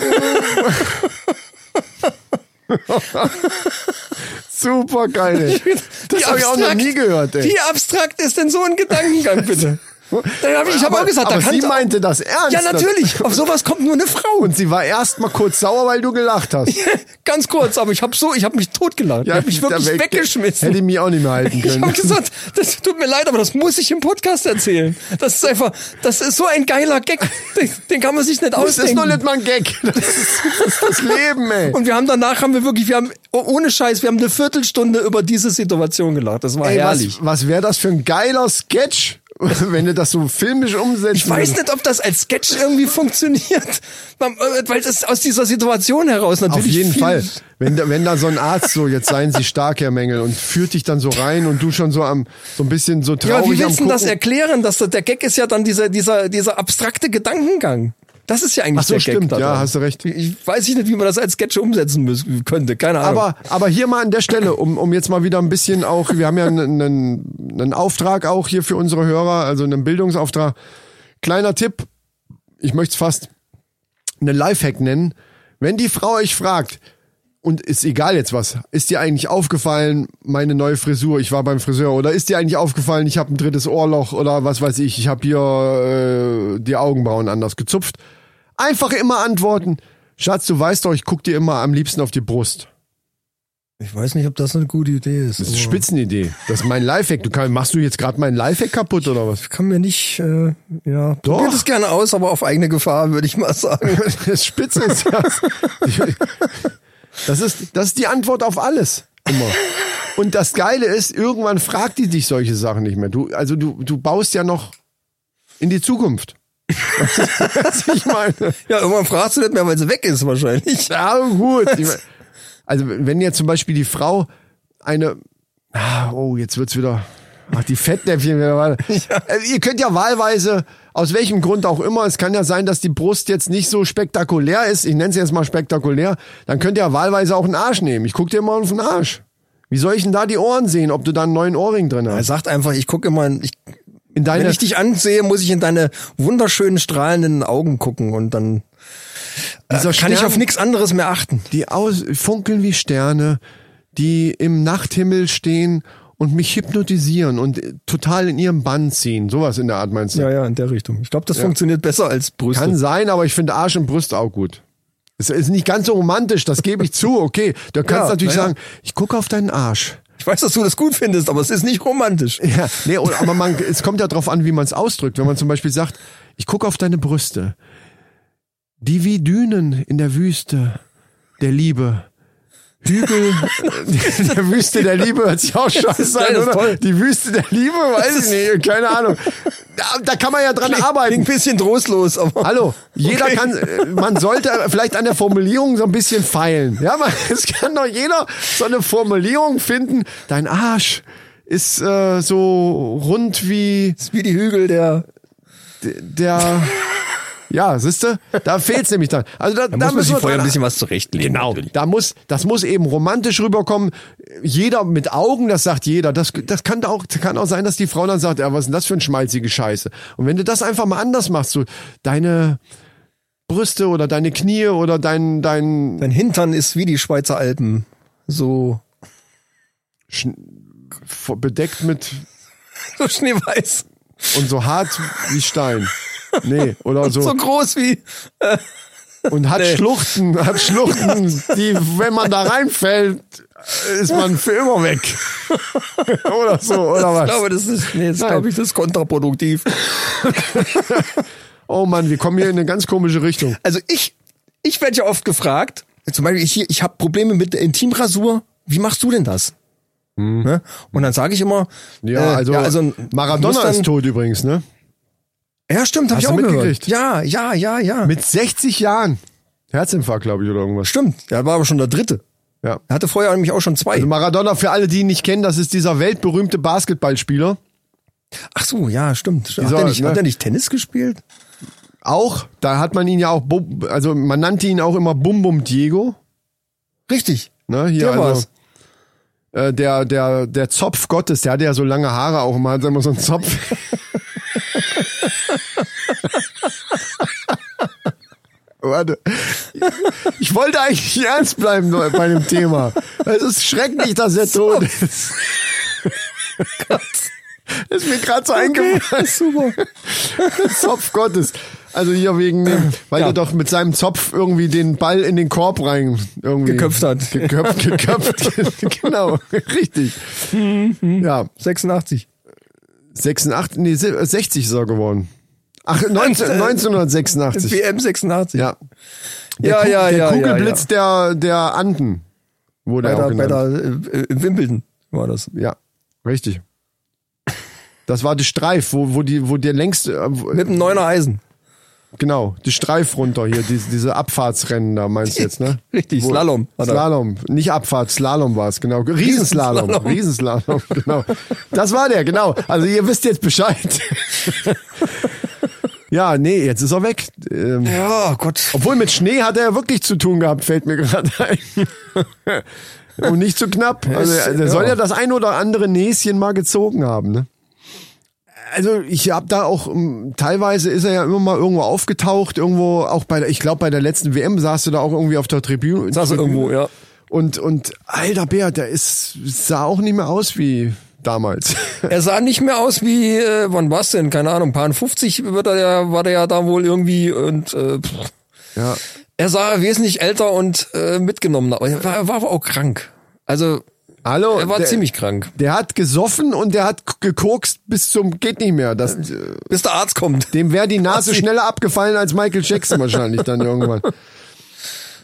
A: Super geil. ey. Das
B: Wie
A: habe ich auch noch
B: abstrakt-
A: nie gehört. Ey.
B: Wie abstrakt ist denn so ein Gedankengang, bitte? Da hab ich ich habe
A: Aber-
B: auch gesagt,
A: aber
B: da kann
A: sie meinte das ernst.
B: Ja,
A: Das-
B: natürlich. Auf sowas kommt nur eine Frau.
A: Und sie war erst mal kurz sauer, weil du gelacht hast.
B: Ganz kurz, aber ich habe so, ich habe mich totgelacht. ich habe mich wirklich
A: da wär-
B: weggeschmissen.
A: Hätte mich auch nicht mehr halten
B: Ich habe
A: können.
B: gesagt, das tut mir leid, aber das muss ich im Podcast erzählen. Das ist einfach, das ist so ein geiler Gag. Den, den kann man sich nicht
A: Das ist
B: ausdenken.
A: noch nicht mal ein Gag. Das ist das, ist das Leben, ey.
B: und wir haben danach haben wir wirklich, wir haben oh- ohne Scheiß, wir haben eine Viertelstunde über diese Situation gelacht. Das war
A: ey
B: herrlich.
A: was was wäre das für ein geiler Sketch, wenn du das so filmisch umsetzt?
B: Ich weiß nicht, ob das als Sketch irgendwie funktioniert, Man- äh, weil das aus dieser Situation heraus
A: Auf
B: natürlich
A: jeden
B: viel-
A: Fall. Wenn da, wenn da so ein Arzt so, jetzt seien Sie stark, Herr Mengel, und führt dich dann so rein und du schon so am, so ein bisschen so
B: Ja, aber
A: traurig
B: wie
A: am
B: willst du
A: Gucken.
B: das erklären? Dass das, der Gag ist ja dann dieser dieser dieser abstrakte Gedankengang. Das ist ja eigentlich
A: Ach so,
B: der
A: stimmt.
B: Gag.
A: Ja, hast du recht.
B: Ich weiß nicht, wie man das als Sketch umsetzen müß, könnte. Keine Ahnung.
A: Aber, aber hier mal an der Stelle, um, um jetzt mal wieder ein bisschen auch, wir haben ja einen, einen, einen Auftrag auch hier für unsere Hörer, also einen Bildungsauftrag. Kleiner Tipp, ich möchte es fast einen Lifehack nennen. Wenn die Frau euch fragt, und ist egal jetzt was, ist dir eigentlich aufgefallen, meine neue Frisur, ich war beim Friseur, oder ist dir eigentlich aufgefallen, ich habe ein drittes Ohrloch oder was weiß ich, ich habe hier äh, die Augenbrauen anders gezupft. Einfach immer antworten, Schatz, du weißt doch, ich guck dir immer am liebsten auf die Brust.
B: ich weiß nicht, ob das eine gute Idee ist.
A: Das ist Spitzenidee. Das ist mein Lifehack. Du kann, machst du jetzt gerade meinen Lifehack kaputt oder was?
B: kann mir nicht. Äh, ja.
A: Doch.
B: Probiert es gerne aus, aber auf eigene Gefahr würde ich mal sagen.
A: Das ist Spitze ist das. Das ist, das ist die Antwort auf alles. Immer. Und das Geile ist, irgendwann fragt die dich solche Sachen nicht mehr. Du, also du, du baust ja noch in die Zukunft. Was ich meine.
B: Ja, irgendwann fragst du nicht mehr, weil sie weg ist wahrscheinlich.
A: Ja, gut. Ich mein, Also, wenn jetzt zum Beispiel die Frau eine, ah, oh, jetzt wird's wieder, ach, die Fettnäpfchen wieder weiter. Also, Ihr könnt ja wahlweise, aus welchem Grund auch immer, es kann ja sein, dass die Brust jetzt nicht so spektakulär ist, ich nenne es jetzt mal spektakulär, dann könnt ihr ja wahlweise auch einen Arsch nehmen. Ich guck dir mal auf den Arsch. Wie soll ich denn da die Ohren sehen, ob du da einen neuen Ohrring drin
B: Er
A: hast?
B: sagt einfach, ich gucke immer, in- ich,
A: In
B: Also, wenn
A: deine,
B: ich dich ansehe, muss ich in deine wunderschönen strahlenden Augen gucken und dann äh,
A: Dieser
B: kann ich
A: Stern-
B: auf nichts anderes mehr achten.
A: die aus, funkeln wie Sterne, die im Nachthimmel stehen und mich hypnotisieren und äh, total in ihrem Bann ziehen. Sowas in der Art meinst du?
B: Ja, ja, in der Richtung. Ich glaube, das funktioniert besser als Brüste.
A: Kann sein, aber ich finde Arsch und Brust auch gut. Es ist nicht ganz so romantisch, das gebe ich zu, okay. Du kannst
B: Ja,
A: natürlich
B: na ja.
A: sagen, ich gucke auf deinen Arsch.
B: Ich weiß, dass du das gut findest, aber es ist nicht romantisch.
A: Ja, nee, und- aber man, es kommt ja drauf an, wie man es ausdrückt. Wenn man zum Beispiel sagt, ich gucke auf deine Brüste, die wie Dünen in der Wüste der Liebe Hügel der Wüste der Liebe hört sich auch scheiße
B: Nein,
A: an,
B: das ist
A: oder?
B: toll.
A: Die Wüste der Liebe, weiß ich nicht, keine Ahnung. Da, da kann man ja dran arbeiten.
B: Klingt ein bisschen trostlos, aber.
A: Hallo, jeder
B: Okay.
A: kann, äh, man sollte vielleicht an der Formulierung so ein bisschen feilen. Ja, man, es kann doch jeder so eine Formulierung finden. Dein Arsch ist äh, so rund wie
B: Ist wie die Hügel der.
A: der. Ja, siehste, da fehlt's nämlich dann. Also da, da,
B: Da muss man
A: müssen
B: sich
A: wir
B: vorher ein
A: dran
B: bisschen was zurechtlegen.
A: Genau,
B: natürlich.
A: da muss, das muss eben romantisch rüberkommen. Jeder mit Augen, das sagt jeder. Das, das kann da auch, das kann auch sein, dass die Frau dann sagt, ja, was ist denn das für ein schmalzige Scheiße? Und wenn du das einfach mal anders machst, so deine Brüste oder deine Knie oder dein, dein,
B: Dein Hintern ist wie die Schweizer Alpen. So,
A: Schn- vor- bedeckt mit
B: so schneeweiß.
A: und so hart wie Stein. Nee, oder
B: So,
A: so.
B: groß wie.
A: Und hat Schluchten, hat Schluchten, die, wenn man da reinfällt, ist man für immer weg. oder so, oder was?
B: Ich glaube, das ist, nee, das
A: Nein.
B: glaube ich, das ist kontraproduktiv.
A: Oh Mann, wir kommen hier in eine ganz komische Richtung.
B: Also ich, ich werde ja oft gefragt, zum Beispiel ich, hier, ich habe Probleme mit der Intimrasur. Wie machst du denn das? Ne? Und dann sage ich immer,
A: Hm. Ja,
B: äh,
A: also,
B: muss
A: Maradona
B: dann,
A: ist tot übrigens, ne?
B: Ja, stimmt, habe
A: Hast
B: ich
A: du
B: auch gehört.
A: mitgekriegt?
B: Ja, ja, ja, ja.
A: Mit 60 Jahren. Herzinfarkt, glaube ich, oder irgendwas.
B: stimmt, der war aber schon der dritte.
A: Ja.
B: Er hatte vorher nämlich auch schon zwei.
A: Also Maradona, für alle, die ihn nicht kennen, das ist dieser weltberühmte Basketballspieler.
B: Ach so, ja, stimmt. stimmt. Hat
A: Dieser,
B: er nicht,
A: ne?
B: hat er nicht Tennis gespielt?
A: Auch, da hat man ihn ja auch, Bum- also man nannte ihn auch immer Bum Bum Diego.
B: Richtig.
A: Ne? Hier,
B: Der
A: also,
B: war's.
A: Äh, der, der, der Zopf Gottes, der hatte ja so lange Haare auch immer, hat immer so einen Zopf. Warte. Ich wollte eigentlich nicht ernst bleiben bei dem Thema. Es ist schrecklich, dass er tot ist. ist mir gerade so eingefallen.
B: Super.
A: Zopf Gottes. Also hier wegen dem, weil
B: Ja.
A: er doch mit seinem Zopf irgendwie den Ball in den Korb rein irgendwie
B: Geköpft hat.
A: Geköpft, geköpft. genau, richtig. Ja,
B: 86.
A: 86, nee, se- äh, 60 ist er geworden. Ach, 19,
B: Äh, äh,
A: 1986.
B: WM 86.
A: Ja.
B: ja,
A: Ku-
B: ja,
A: der
B: ja.
A: Kugelblitz Der, der Anden wurde
B: ja,
A: er
B: ja.
A: auch
B: Bei der, bei
A: genannt.
B: der, äh, in Wimbledon war das.
A: ja, richtig. Das war der Streif, wo, wo, die, wo der längste, äh, wo-
B: Mit einem Neuner Eisen.
A: Genau, die Streif runter hier, diese, diese Abfahrtsrennen da meinst du jetzt, ne?
B: Richtig, Slalom hat er.
A: Slalom, nicht Abfahrt, Slalom war es, genau. Riesenslalom, Riesenslalom, genau. Das war der, genau. Also ihr wisst jetzt Bescheid. ja, nee, jetzt ist er weg. Ähm,
B: Ja, Gott.
A: obwohl mit Schnee hat er ja wirklich zu tun gehabt, fällt mir gerade ein. Und nicht zu knapp. Also
B: ist-
A: er er soll
B: ja.
A: ja das ein oder andere Näschen mal gezogen haben, ne? Also ich habe da auch ähm, teilweise ist er ja immer mal irgendwo aufgetaucht, irgendwo auch bei der, ich glaube bei der letzten WM saß du da auch irgendwie auf der Tribüne.
B: Saß er irgendwo, ja.
A: Und und alter Bär, der ist sah auch nicht mehr aus wie damals.
B: Er sah nicht mehr aus wie, äh, wann war's denn? Keine Ahnung, paar 50 wird er ja, war der ja da wohl irgendwie und äh, pff.
A: ja.
B: er sah wesentlich älter und äh, mitgenommen. Aber er war, er war aber auch krank. Also
A: Hallo.
B: er war
A: der,
B: ziemlich krank.
A: Der hat gesoffen und der hat gekokst bis zum geht nicht mehr. Das äh,
B: Bis der Arzt kommt.
A: Dem wäre die Nase schneller abgefallen als Michael Jackson wahrscheinlich dann irgendwann.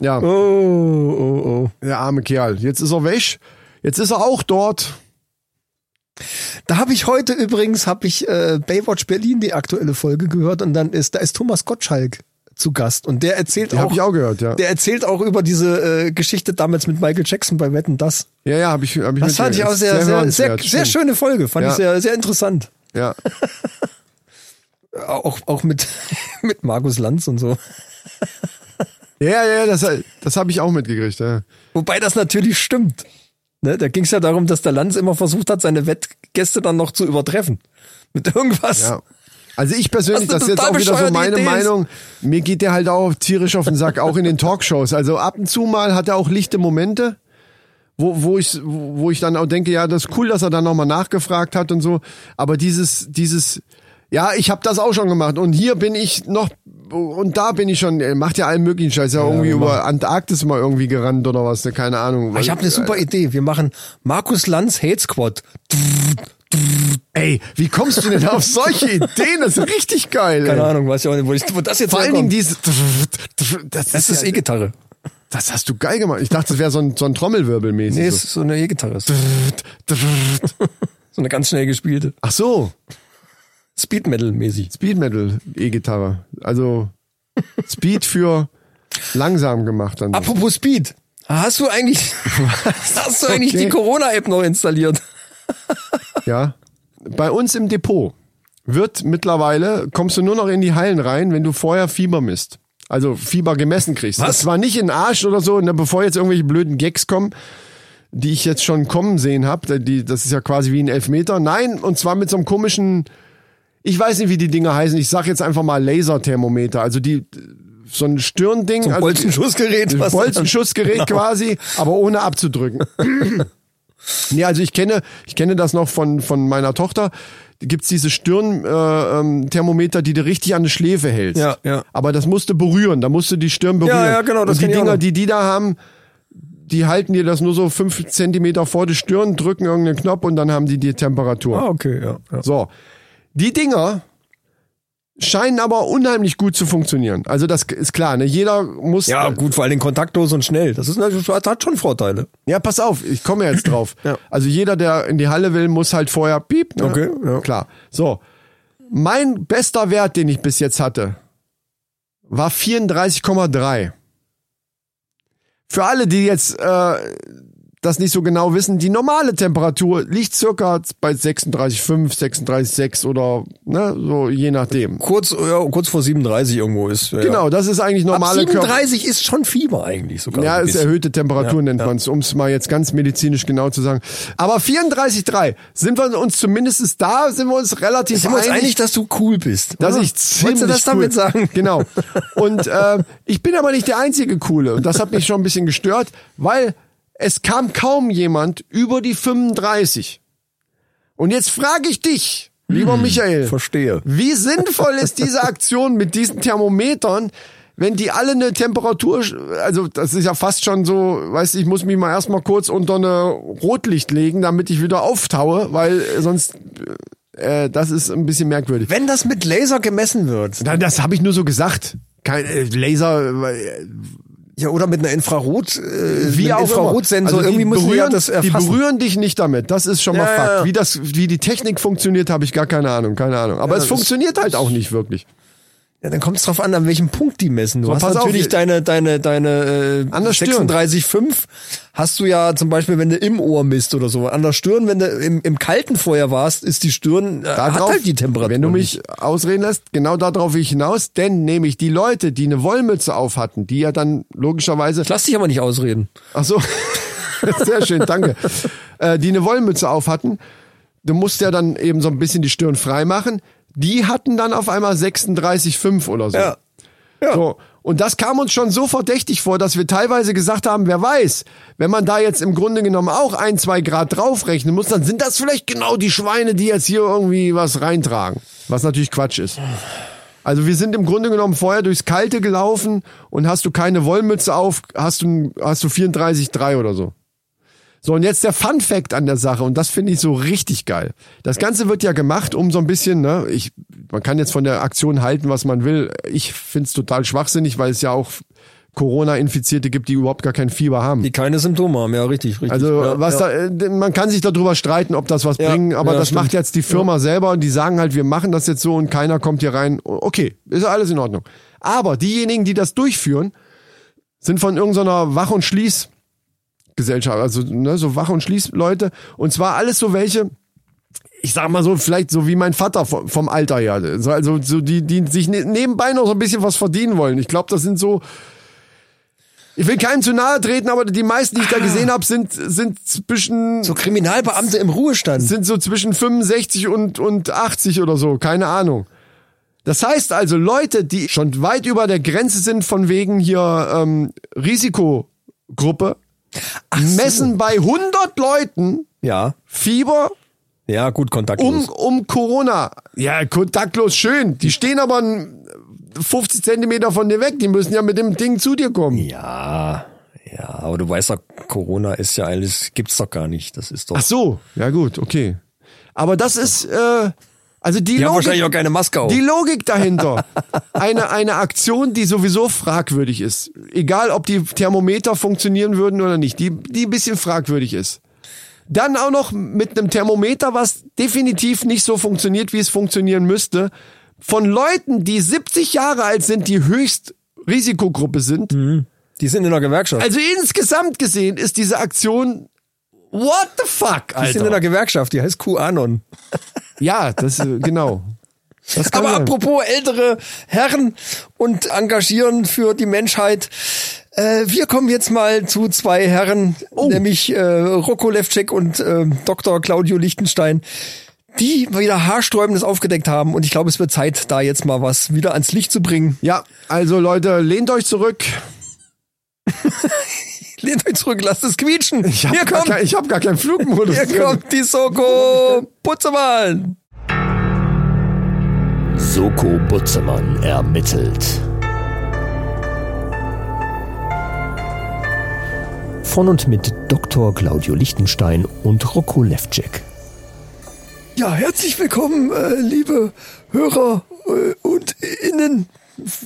A: Ja,
B: Oh, oh, oh.
A: der arme Kerl. Jetzt ist er weg. Jetzt ist er auch dort.
B: Da habe ich heute übrigens, habe ich äh, Baywatch Berlin die aktuelle Folge gehört und dann ist, da ist Thomas Gottschalk zu Gast und der erzählt
A: Hab ich auch gehört, ja.
B: Der erzählt auch über diese äh, Geschichte damals mit Michael Jackson bei Wetten das.
A: Ja, ja, habe ich, hab ich
B: Das fand ich auch sehr, sehr, sehr, sehr,
A: schön.
B: schöne Folge. Fand
A: Ja.
B: ich sehr, sehr interessant.
A: Ja.
B: Auch, auch mit, mit Markus Lanz und so.
A: ja, ja, das, das habe ich auch mitgekriegt. Ja.
B: Wobei das natürlich stimmt. Ne? Da ging es ja darum, dass der Lanz immer versucht hat, seine Wettgäste dann noch zu übertreffen. Mit irgendwas.
A: Ja. Also ich persönlich,
B: Das
A: das ist
B: ist
A: jetzt
B: total
A: auch wieder so
B: bescheuerte
A: meine
B: Idee.
A: Meinung, mir geht der halt auch tierisch auf den Sack, auch in den Talkshows. Also ab und zu mal hat er auch lichte Momente, wo, wo, ich, wo ich dann auch denke, ja, das ist cool, dass er dann nochmal nachgefragt hat und so. Aber dieses, dieses, ja, ich habe das auch schon gemacht und hier bin ich noch und da bin ich schon, er macht ja allen möglichen Scheiß, ja, irgendwie über Antarktis mal irgendwie gerannt oder was, ne, keine Ahnung.
B: genau. Ich habe eine super Idee. Wir machen Markus Lanz Hate Squad.
A: Ey, wie kommst du denn auf solche Ideen? Das ist richtig geil.
B: Keine
A: ey.
B: Ahnung, weiß ich auch nicht, wo, ich, wo das jetzt
A: Vor allen Dingen
B: herkommt.
A: dieses. Das,
B: Das ist
A: ja-
B: E-Gitarre.
A: Das hast du geil gemacht. Ich dachte, das wäre so ein, so ein Trommelwirbel mäßig.
B: Nee,
A: so.
B: es ist so eine E-Gitarre. So eine ganz schnell gespielte.
A: Ach so,
B: Speed Metal mäßig.
A: Speed Metal E-Gitarre. Also Speed für langsam gemacht dann.
B: Apropos Speed. Hast du eigentlich, hast du eigentlich
A: Okay.
B: die Corona-App noch installiert?
A: Ja. Bei uns im Depot wird mittlerweile, kommst du nur noch in die Hallen rein, wenn du vorher Fieber misst. Also Fieber gemessen kriegst. Das war nicht in den Arsch oder so, ne, bevor jetzt irgendwelche blöden Gags kommen, die ich jetzt schon kommen sehen habe. Die, das ist ja quasi wie ein Elfmeter. Nein, und zwar mit so einem komischen, ich weiß nicht, wie die Dinger heißen. Ich sag jetzt einfach mal Laserthermometer. Also die, so ein Stirnding.
B: Ein
A: also
B: Bolzenschussgerät. was- Genau.
A: Bolzenschussgerät quasi, aber ohne abzudrücken. nee, also ich kenne, ich kenne das noch von, von meiner Tochter. Gibt's diese Stirnthermometer, äh, ähm, Thermometer, die du richtig an die Schläfe hältst.
B: Ja, ja.
A: Aber das musst du berühren, da musst du die Stirn berühren.
B: ja, genau, das
A: Und die
B: kenn ich auch
A: Dinger,
B: noch.
A: die die da haben, die halten dir das nur so fünf Zentimeter vor die Stirn, drücken irgendeinen Knopf und dann haben die die Temperatur.
B: Ah, okay, ja. ja.
A: So. Die Dinger scheinen aber unheimlich gut zu funktionieren. Also das ist klar, ne? Jeder muss
B: Ja, gut, vor allem kontaktlos und schnell. Das ist natürlich, das hat schon Vorteile.
A: Ja, pass auf, ich komme jetzt drauf. Also jeder, der in die Halle will, muss halt vorher piep. Ne?
B: Okay, ja.
A: Klar. So. Mein bester Wert, den ich bis jetzt hatte, war 34,3. Für alle, die jetzt äh, das nicht so genau wissen, die normale Temperatur liegt circa bei 36,5, 36,6 oder ne, so je nachdem.
B: Kurz, ja, kurz vor 37 irgendwo ist. Ja.
A: Genau, das ist eigentlich
B: Ab
A: normale Körper.
B: 37 ist schon Fieber eigentlich sogar.
A: Ja,
B: so ein
A: ist
B: bisschen.
A: erhöhte Temperatur nennt man's, man es, um es mal jetzt ganz medizinisch genau zu sagen. Aber 34,3 sind wir uns zumindest da, sind wir uns relativ
B: Sind wir uns
A: einig,
B: einig, dass du cool bist?
A: dass
B: oder?
A: ich ziemlich
B: Wolltest du das
A: cool.
B: damit sagen?
A: Genau. Und äh, ich bin aber nicht der einzige Coole. Und das hat mich schon ein bisschen gestört, weil es kam kaum jemand über die 35. Und jetzt frage ich dich, lieber Michael.
B: Hm, Verstehe.
A: Wie sinnvoll ist diese Aktion mit diesen Thermometern, wenn die alle eine Temperatur, also das ist ja fast schon so, weißt du, ich muss mich mal erstmal kurz unter eine Rotlicht legen, damit ich wieder auftaue, weil sonst, äh, das ist ein bisschen merkwürdig.
B: Wenn das mit Laser gemessen wird,
A: Nein, das habe ich nur so gesagt. Kein äh, Laser, äh,
B: ja, oder mit einer Infrarot, äh,
A: wie
B: einem
A: auch immer.
B: Infrarotsensor,
A: Also
B: irgendwie
A: die
B: müssen wir ja
A: berühren,
B: das
A: Die
B: erfassen.
A: berühren dich nicht damit. Das ist schon mal
B: Ja,
A: Fakt.
B: ja, ja.
A: Wie das, wie die Technik funktioniert, habe ich gar keine Ahnung, keine Ahnung. Aber es
B: das-
A: funktioniert halt auch nicht wirklich.
B: Ja, dann kommt es drauf an, an welchem Punkt die messen. Du hast
A: pass auf,
B: natürlich
A: hier-
B: deine deine deine äh,
A: An der Stirn.
B: 36,5 hast du ja zum Beispiel, wenn du im Ohr misst oder so. An der Stirn, wenn du im, im kalten vorher warst, ist die Stirn äh, hat
A: Darauf,
B: halt die Temperatur.
A: Wenn du
B: nicht.
A: mich ausreden lässt, genau darauf will ich hinaus, denn nämlich die Leute, die eine Wollmütze auf hatten, die ja dann logischerweise,
B: Ich lass dich aber nicht ausreden.
A: ach so, sehr schön, danke, äh, die eine Wollmütze auf hatten, du musst ja dann eben so ein bisschen die Stirn frei machen, die hatten dann auf einmal 36,5 oder so.
B: Ja. Ja.
A: So. Und das kam uns schon so verdächtig vor, dass wir teilweise gesagt haben, wer weiß, wenn man da jetzt im Grunde genommen auch ein, zwei Grad draufrechnen muss, dann sind das vielleicht genau die Schweine, die jetzt hier irgendwie was reintragen. Was natürlich Quatsch ist. Also wir sind im Grunde genommen vorher durchs Kalte gelaufen und hast du keine Wollmütze auf, hast du, hast du 34,3 oder so. So, und jetzt der Fun Fact an der Sache, und das finde ich so richtig geil. Das Ganze wird ja gemacht, um so ein bisschen, ne, ich, man kann jetzt von der Aktion halten, was man will. Ich finde es total schwachsinnig, weil es ja auch Corona-Infizierte gibt, die überhaupt gar kein Fieber haben.
B: Die keine Symptome haben, ja, richtig, richtig.
A: Also
B: ja,
A: was
B: ja.
A: da, äh, man kann sich darüber streiten, ob das was
B: Ja,
A: bringt, aber
B: ja,
A: das
B: stimmt.
A: macht jetzt die Firma selber und die sagen halt, wir machen das jetzt so und keiner kommt hier rein. Okay, ist ja alles in Ordnung. Aber diejenigen, die das durchführen, sind von irgendeiner Wach- und Schließgesellschaft, also ne, so Wach- und Schließleute. Und zwar alles so welche, ich sag mal so, vielleicht so wie mein Vater vom, vom Alter her. So, also so die, die sich ne- nebenbei noch so ein bisschen was verdienen wollen. Ich glaube, das sind so. Ich will keinem zu nahe treten, aber die meisten, die ich da gesehen habe, sind, sind zwischen.
B: So Kriminalbeamte im Ruhestand.
A: sind so zwischen 65 und, und 80 oder so, keine Ahnung. Das heißt also, Leute, die schon weit über der Grenze sind, von wegen hier ähm, Risikogruppe, messen bei 100 Leuten
B: ja.
A: Fieber
B: Ja, gut,
A: um,
B: kontaktlos.
A: um Corona. Ja, kontaktlos schön. Die stehen aber n- 50 Zentimeter von dir weg. Die müssen ja mit dem Ding zu dir kommen.
B: Ja, ja, aber du weißt doch, Corona ist ja alles, gibt's doch gar nicht. Das ist doch.
A: Ach so. Ja gut, okay. Aber das ist, äh, Also die,
B: Die haben wahrscheinlich auch
A: Logik,
B: keine Maske auf.
A: die Logik dahinter. eine, eine Aktion, die sowieso fragwürdig ist. Egal, ob die Thermometer funktionieren würden oder nicht. Die, die ein bisschen fragwürdig ist. Dann auch noch mit einem Thermometer, was definitiv nicht so funktioniert, wie es funktionieren müsste. Von Leuten, die 70 Jahre alt sind, die höchst Risikogruppe sind.
B: Mhm. Die sind in der Gewerkschaft.
A: Also insgesamt gesehen ist diese Aktion What the fuck,
B: die sind in der
A: Alter.
B: Gewerkschaft, die heißt QAnon.
A: Ja, das äh, genau. Das kann
B: Aber
A: sein.
B: apropos ältere Herren und engagieren für die Menschheit. Äh, wir kommen jetzt mal zu zwei Herren,
A: Oh.
B: nämlich äh, Rocco Levcek und äh, Dr. Claudio Lichtenstein, die wieder Haarsträubendes aufgedeckt haben. Und ich glaube, es wird Zeit, da jetzt mal was wieder ans Licht zu bringen.
A: Ja, also Leute, lehnt euch zurück.
B: Lehnt euch zurück, lasst es quietschen.
A: Ich habe
B: Hier
A: gar,
B: kommt,
A: kein, ich hab gar keinen Flugmodus.
B: hier
A: drin.
B: kommt die Soko Putzemann.
D: Soko Butzemann ermittelt. Von und mit Dr. Claudio Lichtenstein und Rocco Levcek.
B: Ja, herzlich willkommen, äh, liebe Hörer äh, und Innen,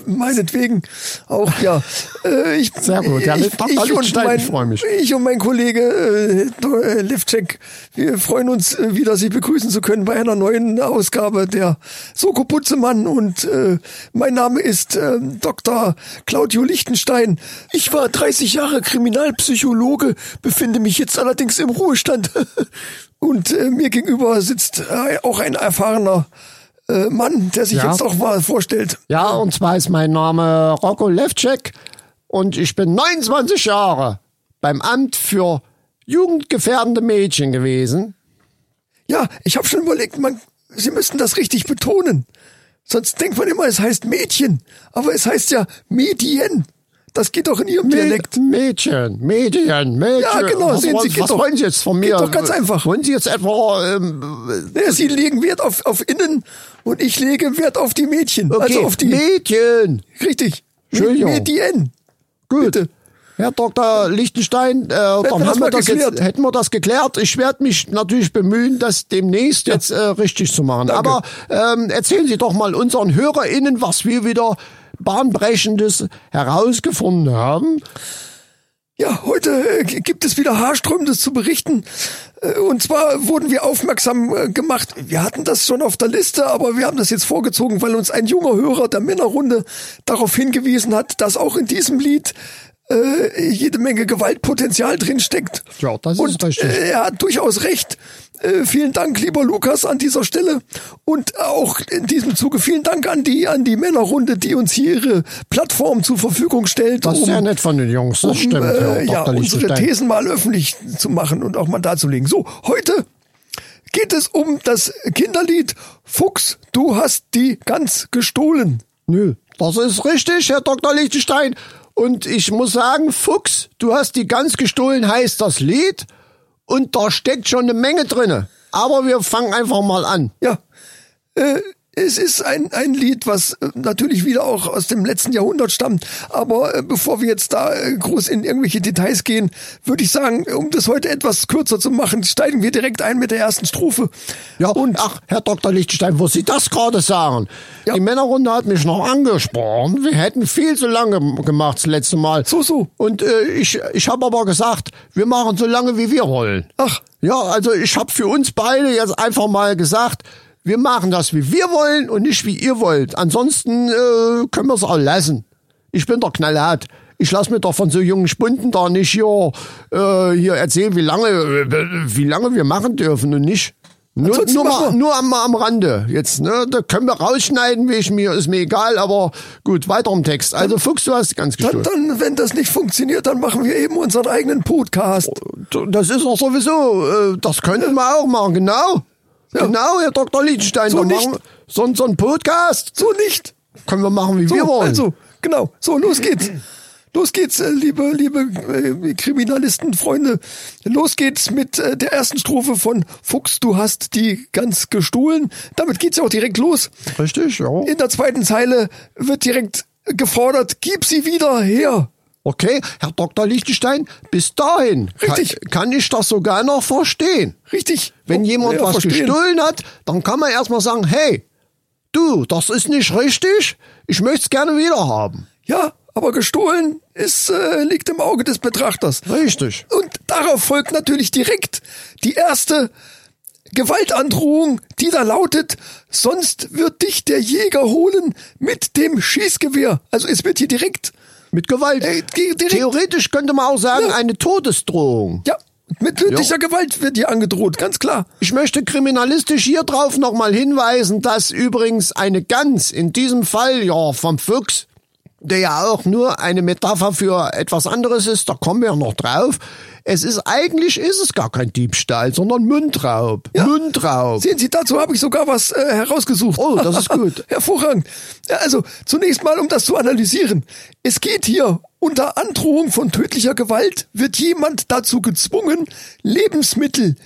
B: meinetwegen auch, ja. Äh, ich,
A: Sehr gut, ja,
B: ich,
A: mit Dr.
B: ich, und
A: Lichtenstein,
B: mein,
A: ich freu mich.
B: ich und mein Kollege äh, Do- äh, Levcek, wir freuen uns äh, wieder, Sie begrüßen zu können bei einer neuen Ausgabe der Soko Putzemann und äh, mein Name ist äh, Dr. Claudio Lichtenstein. Ich war 30 Jahre Kriminalpsychologe, befinde mich jetzt allerdings im Ruhestand. Und äh, mir gegenüber sitzt äh, auch ein erfahrener äh, Mann, der sich
A: Ja.
B: jetzt auch mal vorstellt.
A: Ja, und zwar ist mein Name Rocco Levcek und ich bin 29 Jahre beim Amt für jugendgefährdende Mädchen gewesen.
B: Ja, ich habe schon überlegt, man, Sie müssen das richtig betonen. Sonst denkt man immer, es heißt Mädchen. Aber es heißt ja Medien. Das geht doch in Ihrem Dialekt.
A: Mädchen, Medien, Mädchen.
B: Ja, genau,
A: was,
B: sehen Sie,
A: wollen-
B: geht
A: was
B: doch-
A: wollen Sie jetzt von mir?
B: geht doch ganz einfach.
A: Wollen Sie jetzt etwa ähm,
B: Ja, Sie legen Wert auf, auf Innen und ich lege Wert auf die Mädchen.
A: okay,
B: Also auf die.
A: Mädchen?
B: richtig.
A: Entschuldigung.
B: Medien.
A: Gut. Herr Dr. Lichtenstein, äh, dann
B: wir das
A: haben wir
B: mal
A: das jetzt,
B: geklärt.
A: hätten wir das geklärt. Ich werde mich natürlich bemühen, das demnächst jetzt äh, richtig zu machen. Aber ähm, erzählen Sie doch mal unseren HörerInnen, was wir wieder bahnbrechendes herausgefunden haben.
B: Ja, heute äh, g- gibt es wieder Haarströmendes zu berichten. Äh, und zwar wurden wir aufmerksam äh, gemacht. Wir hatten das schon auf der Liste, aber wir haben das jetzt vorgezogen, weil uns ein junger Hörer der Männerrunde darauf hingewiesen hat, dass auch in diesem Lied äh, jede Menge Gewaltpotenzial drinsteckt.
A: Ja, das ist
B: und,
A: richtig.
B: Äh, er hat durchaus recht. Äh, vielen Dank, lieber Lukas, an dieser Stelle. Und auch in diesem Zuge vielen Dank an die, an die Männerrunde, die uns hier ihre Plattform zur Verfügung stellt.
A: Das ist
B: um-
A: ja nett von den Jungs, das
B: um,
A: stimmt. Herr
B: äh, ja,
A: Dr.
B: unsere
A: Lichtenstein.
B: Thesen mal öffentlich zu machen und auch mal darzulegen. So, heute geht es um das Kinderlied Fuchs, du hast die Gans gestohlen.
A: Nö, das ist richtig, Herr Dr. Lichtenstein. Und ich muss sagen, Fuchs, du hast die Gans gestohlen, heißt das Lied. Und da steckt schon eine Menge drinne. Aber wir fangen einfach mal an.
B: Ja, äh, es ist ein, ein Lied, was äh, natürlich wieder auch aus dem letzten Jahrhundert stammt. Aber äh, bevor wir jetzt da äh, groß in irgendwelche Details gehen, würde ich sagen, um das heute etwas kürzer zu machen, steigen wir direkt ein mit der ersten Strophe.
A: Ja,
B: und
A: und ach, Herr Dr. Lichtenstein, wo Sie das gerade sagen.
B: Ja.
A: Die Männerrunde hat mich noch angesprochen. Wir hätten viel zu lange gemacht das letzte Mal.
B: So, so.
A: Und äh, ich, ich habe aber gesagt, wir machen so lange, wie wir wollen.
B: Ach.
A: Ja, also ich habe für uns beide jetzt einfach mal gesagt, wir machen das, wie wir wollen und nicht, wie ihr wollt. Ansonsten äh, können wir es auch lassen. Ich bin doch knallhart. Ich lasse mir doch von so jungen Spunden da nicht hier, äh, hier erzählen, wie lange, äh, wie lange wir machen dürfen und nicht. Nur,
B: Ansonsten
A: nur,
B: machen
A: mal,
B: Also wir-
A: nur am, am Rande jetzt, ne? Da können wir rausschneiden, wie ich mir, ist mir egal, aber gut, weiter im Text. Also Fuchs, du hast ganz
B: dann,
A: gestohlen.
B: dann, wenn das nicht funktioniert, dann machen wir eben unseren eigenen Podcast.
A: Das ist doch sowieso, äh, das könnten wir auch machen, genau. Genau, Herr Dr. Liedenstein.
B: So
A: dann
B: nicht.
A: machen wir so, so ein Podcast
B: So nicht.
A: können wir machen, wie
B: So,
A: wir wollen.
B: also, genau. So, los geht's. Los geht's, äh, liebe, liebe äh, Kriminalistenfreunde. Los geht's mit äh, der ersten Strophe von Fuchs, du hast die ganz gestohlen. Damit geht's ja auch direkt los.
A: Richtig, ja.
B: In der zweiten Zeile wird direkt gefordert, gib sie wieder her.
A: Okay, Herr Dr. Lichtenstein, bis dahin
B: Richtig.
A: Kann, kann ich das sogar noch verstehen.
B: Richtig.
A: Wenn
B: Oh,
A: jemand
B: ja,
A: was
B: verstehen.
A: gestohlen hat, dann kann man erstmal sagen, hey, du, das ist nicht richtig, ich möchte es gerne wieder haben.
B: Ja, aber gestohlen ist, äh, liegt im Auge des Betrachters.
A: Richtig.
B: Und darauf folgt natürlich direkt die erste Gewaltandrohung, die da lautet, sonst wird dich der Jäger holen mit dem Schießgewehr. Also es wird hier direkt,
A: Mit Gewalt.
B: Ey, geh direkt.
A: Theoretisch könnte man auch sagen,
B: Ja.
A: eine Todesdrohung.
B: ja, mit tödlicher Gewalt wird hier angedroht, ganz klar.
A: Ich möchte kriminalistisch hier drauf nochmal hinweisen, dass übrigens eine Gans in diesem Fall ja vom Fuchs, der ja auch nur eine Metapher für etwas anderes ist, da kommen wir ja noch drauf. Es ist eigentlich ist es gar kein Diebstahl, sondern Mundraub. Mundraub.
B: Sehen Sie, dazu habe ich sogar was äh, herausgesucht.
A: Oh, das ist gut.
B: Hervorragend. Ja, also, zunächst mal, um das zu analysieren. Es geht hier, unter Androhung von tödlicher Gewalt wird jemand dazu gezwungen, Lebensmittel,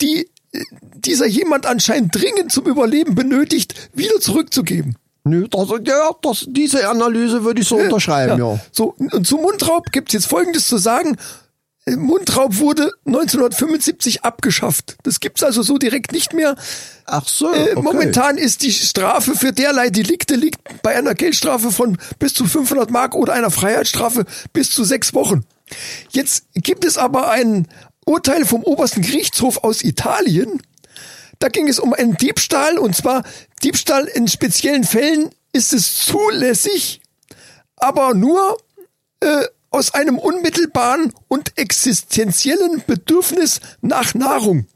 B: die äh, dieser jemand anscheinend dringend zum Überleben benötigt, wieder zurückzugeben.
A: Nö, das, ja, das, diese Analyse würde ich so unterschreiben, ja.
B: So, und zu Mundraub gibt's jetzt Folgendes zu sagen. Äh, Mundraub wurde 1975 abgeschafft. Das gibt's also so direkt nicht mehr.
A: Ach so.
B: Äh,
A: okay.
B: Momentan ist die Strafe für derlei Delikte liegt bei einer Geldstrafe von bis zu 500 Mark oder einer Freiheitsstrafe bis zu sechs Wochen. Jetzt gibt es aber ein Urteil vom obersten Gerichtshof aus Italien. Da ging es um einen Diebstahl und zwar Diebstahl in speziellen Fällen ist es zulässig, aber nur äh, aus einem unmittelbaren und existenziellen Bedürfnis nach Nahrung.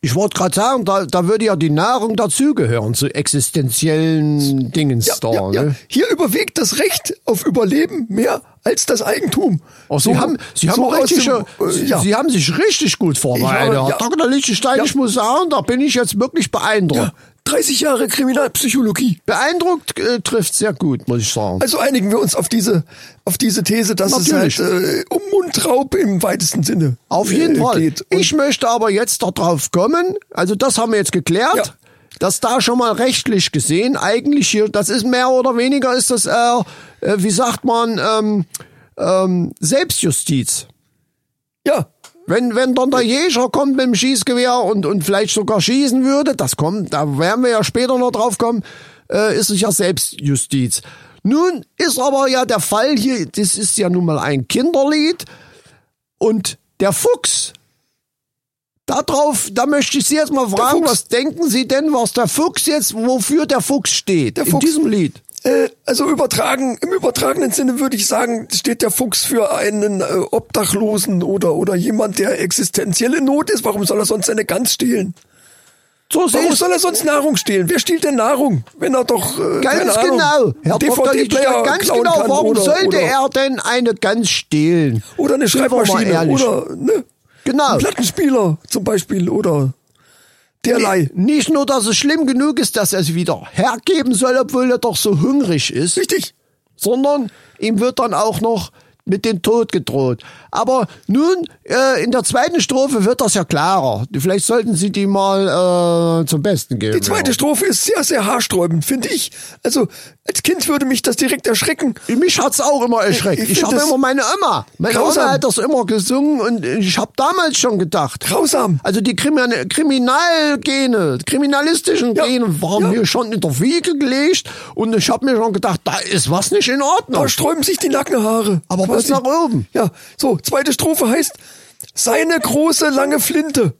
A: Ich wollte gerade sagen, da, da würde ja die Nahrung dazugehören, zu existenziellen Dingens da, ne?
B: Hier überwiegt das Recht auf Überleben mehr als das Eigentum.
A: Oh, Sie,
B: So-
A: haben, Sie, haben
B: so aus
A: richtig,
B: dem-
A: äh,
B: äh,
A: Sie,
B: ja.
A: Sie haben sich richtig gut vorbereitet.
B: Ich
A: Herr
B: habe- ja.
A: Dr. Lichtenstein,
B: Ja.
A: ich muss sagen, da bin ich jetzt wirklich beeindruckt.
B: 30 Jahre Kriminalpsychologie.
A: Beeindruckt äh, trifft sehr gut, muss ich sagen.
B: Also einigen wir uns auf diese, auf diese These, dass
A: Natürlich.
B: es halt äh, um Mundraub im weitesten Sinne
A: Auf jeden
B: äh,
A: Fall.
B: geht. Und
A: Ich möchte aber jetzt darauf kommen, also das haben wir jetzt geklärt,
B: Ja.
A: dass da schon mal rechtlich gesehen eigentlich hier, das ist mehr oder weniger, ist das, äh, äh, wie sagt man, ähm, ähm, Selbstjustiz.
B: ja,
A: Wenn, wenn dann der Jäger kommt mit dem Schießgewehr und, und vielleicht sogar schießen würde, das kommt, da werden wir ja später noch drauf kommen, äh, ist es ja Selbstjustiz. Nun ist aber ja der Fall hier, das ist ja nun mal ein Kinderlied und der Fuchs, darauf, da möchte ich Sie jetzt mal fragen,
B: Fuchs.
A: was denken Sie denn, was der Fuchs jetzt, wofür der Fuchs steht in
B: Fuchs.
A: diesem Lied?
B: äh, also übertragen, im übertragenen Sinne würde ich sagen, steht der Fuchs für einen äh, Obdachlosen oder, oder jemand, der existenzielle Not ist. Warum soll er sonst eine Gans stehlen?
A: So
B: Warum
A: sehen
B: soll er sonst Nahrung stehlen? Wer stiehlt denn Nahrung, wenn er doch äh, keine
A: Ganz
B: Ahnung,
A: genau, Herr Dr. Lichtstein,
B: DVD-Player
A: ganz
B: klauen
A: genau,
B: kann
A: warum
B: oder,
A: sollte
B: oder,
A: er denn eine Gans stehlen?
B: oder eine
A: Sind wir mal
B: Schreibmaschine
A: ehrlich.
B: oder ne,
A: Genau.
B: einen Plattenspieler zum Beispiel oder derlei.
A: Nicht nur, dass es schlimm genug ist, dass er es wieder hergeben soll, obwohl er doch so hungrig ist,
B: Richtig.
A: sondern ihm wird dann auch noch mit dem Tod gedroht. Aber nun, äh, in der zweiten Strophe wird das ja klarer. Vielleicht sollten Sie die mal äh, zum Besten geben.
B: Die zweite Strophe ist sehr, sehr haarsträubend, finde ich. Also als Kind würde mich das direkt erschrecken.
A: Mich hat's auch immer erschreckt.
B: Ich
A: Ich,
B: find
A: habe
B: das
A: immer meine Oma. Meine
B: grausam.
A: Oma hat das immer gesungen und ich habe damals schon gedacht.
B: Grausam.
A: Also die Krimin Kriminalgene, kriminalistischen
B: Ja.
A: Gene waren
B: Ja.
A: mir schon in der Wiege gelegt und ich habe mir schon gedacht, da ist was nicht in Ordnung.
B: Da sträuben sich die Nackenhaare.
A: Aber
B: Ich
A: bis
B: weiß nicht.
A: nach oben.
B: Ja, so, zweite Strophe heißt, seine große lange Flinte.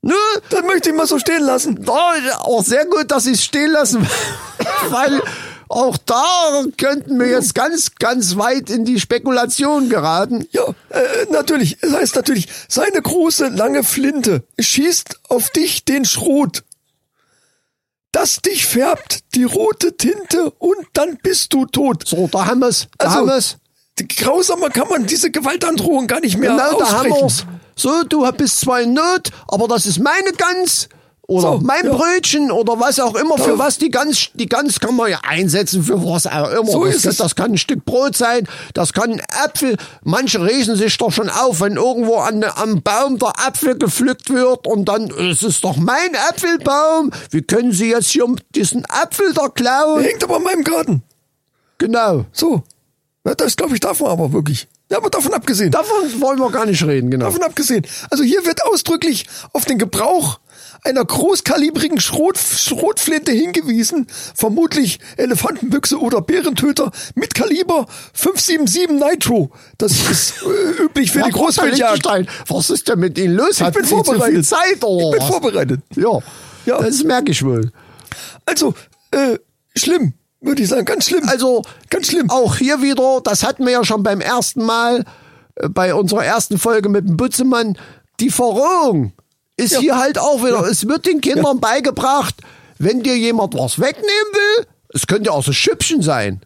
A: Ne?
B: Das möchte ich mal so stehen lassen.
A: Da, auch sehr gut, dass sie es stehen lassen, weil auch da könnten wir jetzt ganz, ganz weit in die Spekulation geraten.
B: Ja, äh, natürlich. Es heißt natürlich, seine große, lange Flinte schießt auf dich den Schrot. Das dich färbt die rote Tinte und dann bist du tot.
A: So, da haben wir's, da
B: Also,
A: haben wir's.
B: Grausamer kann man diese Gewaltandrohung gar nicht mehr
A: Genau, da haben
B: aussprechen.
A: wir's. So, du bist zwar in Not, aber das ist meine Gans oder
B: So,
A: mein
B: ja.
A: Brötchen oder was auch immer, für was die Gans, die Gans kann man ja einsetzen, für was auch immer.
B: So
A: das,
B: ist es.
A: das kann ein Stück Brot sein, das kann ein Äpfel. Manche riechen sich doch schon auf, wenn irgendwo an, am Baum der Apfel gepflückt wird und dann, es ist doch mein Apfelbaum, wie können sie jetzt hier diesen Apfel da klauen?
B: Hängt aber in meinem Garten.
A: Genau.
B: So. Na, das glaube ich, darf man aber wirklich. Ja, aber davon abgesehen.
A: Davon wollen wir gar nicht reden, genau.
B: Davon abgesehen. Also hier wird ausdrücklich auf den Gebrauch einer großkalibrigen Schrot, Schrotflinte hingewiesen, vermutlich Elefantenbüchse oder Bärentöter mit Kaliber 577 Nitro. Das ist äh, üblich für die Großwildjagd.
A: Lichtenstein, Was ist denn mit Ihnen los? Hatten
B: bin
A: Sie zu viel
B: vorbereitet.
A: Zeit, oder?
B: Ich bin
A: was?
B: vorbereitet.
A: Ja.
B: Ja.
A: das merke ich wohl.
B: Also, äh, schlimm, würde ich sagen, ganz schlimm.
A: Also,
B: Ganz schlimm.
A: Auch hier wieder, das hatten wir ja schon beim ersten Mal, äh, bei unserer ersten Folge mit dem Bützemann, die Verrohung ist hier halt auch wieder, es wird den Kindern beigebracht, wenn dir jemand was wegnehmen will, es könnte auch so Schüppchen sein.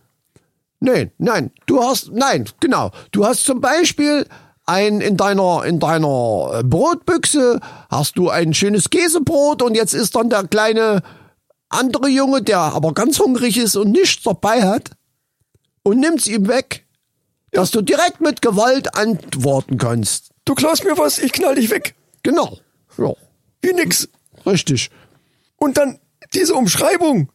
A: Nein, nein, du hast, nein, genau. Du hast zum Beispiel ein, in deiner, in deiner äh, Brotbüchse hast du ein schönes Käsebrot und jetzt ist dann der kleine andere Junge, der aber ganz hungrig ist und nichts dabei hat und nimmt's ihm weg, dass du direkt mit Gewalt antworten kannst.
B: du klaust mir was, ich knall dich weg.
A: Genau. Ja,
B: Wie nix.
A: richtig.
B: Und dann diese Umschreibung.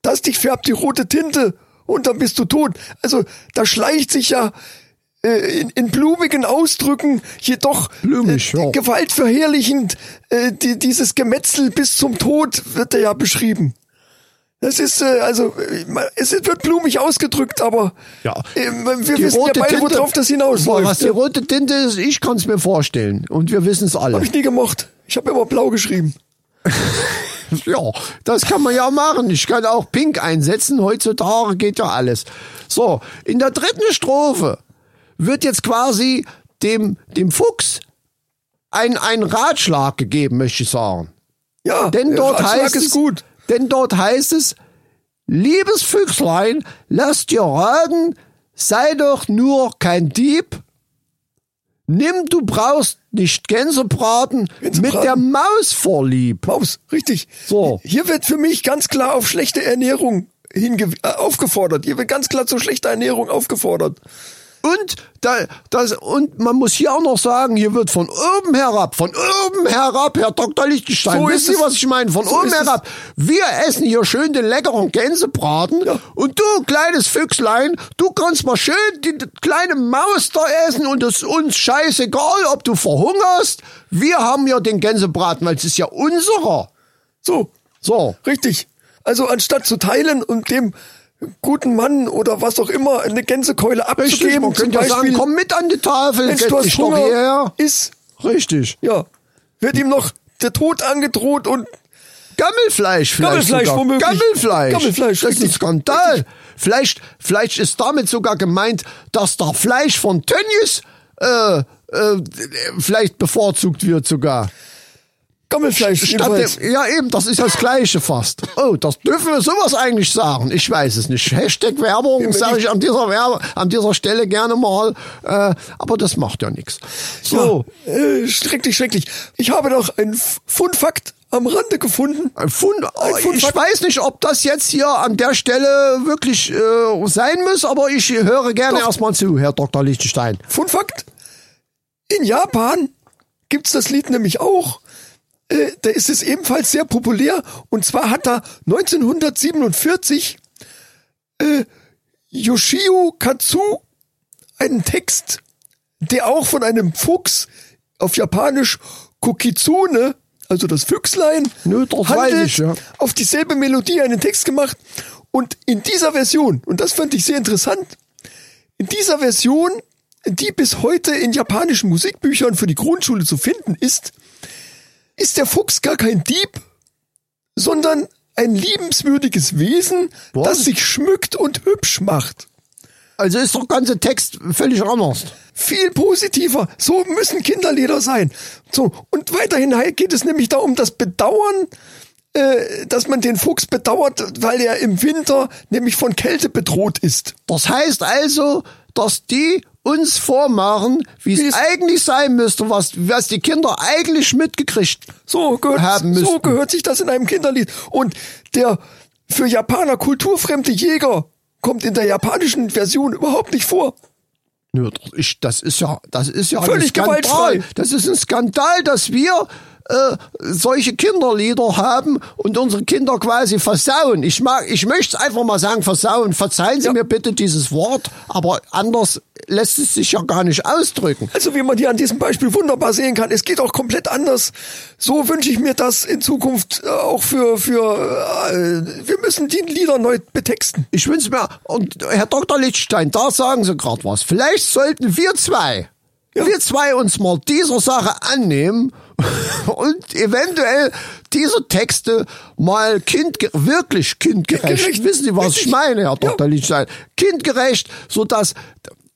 B: Das dich färbt die rote Tinte und dann bist du tot. Also da schleicht sich ja äh, in, in blumigen Ausdrücken jedoch äh,
A: Blumig, ja.
B: gewaltverherrlichend äh, die, dieses Gemetzel bis zum Tod wird da ja beschrieben. Das ist äh, also äh, man- es ist- wird blumig ausgedrückt, aber
A: Ja.
B: äh, wir wissen ja beide, worauf das hinausläuft. ne?
A: Was die rote Tinte ist, ich kann's mir vorstellen. Und wir wissen's alle.
B: Hab ich nie gemocht. Ich habe immer blau geschrieben.
A: Ja, das kann man ja machen. Ich kann auch pink einsetzen. Heutzutage geht ja alles. So, in der dritten Strophe wird jetzt quasi dem, dem Fuchs ein, ein Ratschlag gegeben, möchte ich sagen.
B: Ja,
A: Denn
B: der
A: dort
B: Ratschlag
A: heißt
B: ist
A: es,
B: gut.
A: Denn dort heißt es, liebes Füchslein, lass dir raten, sei doch nur kein Dieb. Nimm, du brauchst nicht Gänsebraten mit
B: Gänsebraten.
A: der Maus vorlieb.
B: Maus, richtig.
A: So.
B: Hier wird für mich ganz klar auf schlechte Ernährung hinge äh, aufgefordert. Hier wird ganz klar zur schlechten Ernährung aufgefordert.
A: Und da, das, und man muss hier auch noch sagen, hier wird von oben herab, von oben herab, Herr Dr. Lichtenstein,
B: So ist
A: wissen Sie,
B: es.
A: was ich meine? Von
B: So
A: oben
B: ist es.
A: herab. Wir essen hier schön den leckeren Gänsebraten und du, kleines Füchslein, du kannst mal schön die, die kleine Maus da essen und es ist uns scheißegal, ob du verhungerst. Wir haben ja den Gänsebraten, weil es ist ja unserer.
B: So,
A: So.
B: richtig. Also anstatt zu teilen und dem guten Mann oder was auch immer eine Gänsekeule
A: Richtig,
B: abzugeben,
A: man
B: zum
A: könnte ja
B: Beispiel,
A: sagen, komm mit an die Tafel,
B: Mensch,
A: setz
B: du hast
A: dich doch hierher.
B: Hunger, isst,
A: Richtig.
B: ja, wird ihm noch der Tod angedroht und
A: Gammelfleisch vielleicht
B: Gammelfleisch
A: sogar.
B: womöglich.
A: Gammelfleisch.
B: Gammelfleisch,
A: Das ist ein
B: richtig.
A: Skandal. Vielleicht, vielleicht ist damit sogar gemeint, dass da Fleisch von Tönnies äh, äh, vielleicht bevorzugt wird sogar.
B: Gammelfleisch
A: Statt
B: jedenfalls.
A: dem, ja eben, das ist das Gleiche fast. Oh, das dürfen wir sowas eigentlich sagen. Ich weiß es nicht. Hashtag Werbung sage ich an dieser, Werbe, an dieser Stelle gerne mal. Äh, aber das macht ja nichts. So,
B: Ja, äh, schrecklich, schrecklich. Ich habe noch einen Funfakt am Rande gefunden.
A: Ein Fund, oh,
B: Ein Fund-
A: ich weiß nicht, ob das jetzt hier an der Stelle wirklich äh, sein muss, aber ich höre gerne
B: Doch.
A: erstmal zu, Herr Dr. Lichtenstein.
B: Fun Fact: In Japan gibt's das Lied nämlich auch. Äh, da ist es ebenfalls sehr populär. Und zwar hat da 1947 äh, Yoshio Katsu einen Text, der auch von einem Fuchs auf Japanisch Kokizune, also das Füchslein,
A: Nö, das
B: handelt,
A: weiß ich, ja.
B: auf dieselbe Melodie einen Text gemacht. Und in dieser Version, und das fand ich sehr interessant, in dieser Version, die bis heute in japanischen Musikbüchern für die Grundschule zu finden ist, ist der Fuchs gar kein Dieb, sondern ein liebenswürdiges Wesen,
A: Was?
B: das sich schmückt und hübsch macht.
A: Also ist doch ganze Text völlig anders.
B: Viel positiver. So müssen Kinderlieder sein. So, und weiterhin halt geht es nämlich da um das Bedauern, äh, dass man den Fuchs bedauert, weil er im Winter nämlich von Kälte bedroht ist.
A: Das heißt also, dass die uns vormachen, wie
B: Wie
A: es
B: es-
A: eigentlich sein müsste, was, was die Kinder eigentlich mitgekriegt.
B: So gehört,
A: Haben
B: so
A: müssten.
B: gehört sich das in einem Kinderlied. Und der für Japaner kulturfremde Jäger kommt in der japanischen Version überhaupt nicht vor.
A: Nö, das ist- das ist ja, das ist ja ein
B: Völlig
A: Skandal.
B: gewaltfrei.
A: Das ist ein Skandal, dass wir äh, solche Kinderlieder haben und unsere Kinder quasi versauen. Ich mag, ich möchte es einfach mal sagen, versauen. Verzeihen Sie
B: Ja.
A: mir bitte dieses Wort, aber anders lässt es sich ja gar nicht ausdrücken.
B: Also wie man hier an diesem Beispiel wunderbar sehen kann, es geht auch komplett anders. So wünsche ich mir das in Zukunft äh, auch für, für äh, wir müssen die Lieder neu betexten.
A: Ich wünsche mir, und Herr Dr. Lichtstein, da sagen Sie gerade was. Vielleicht sollten wir zwei, wir zwei uns mal dieser Sache annehmen und eventuell diese Texte mal kindge wirklich kindgerecht,
B: Kindgerecht,
A: wissen Sie, was ich
B: richtig.
A: meine, Herr Dr. Lichtstein, kindgerecht, sodass,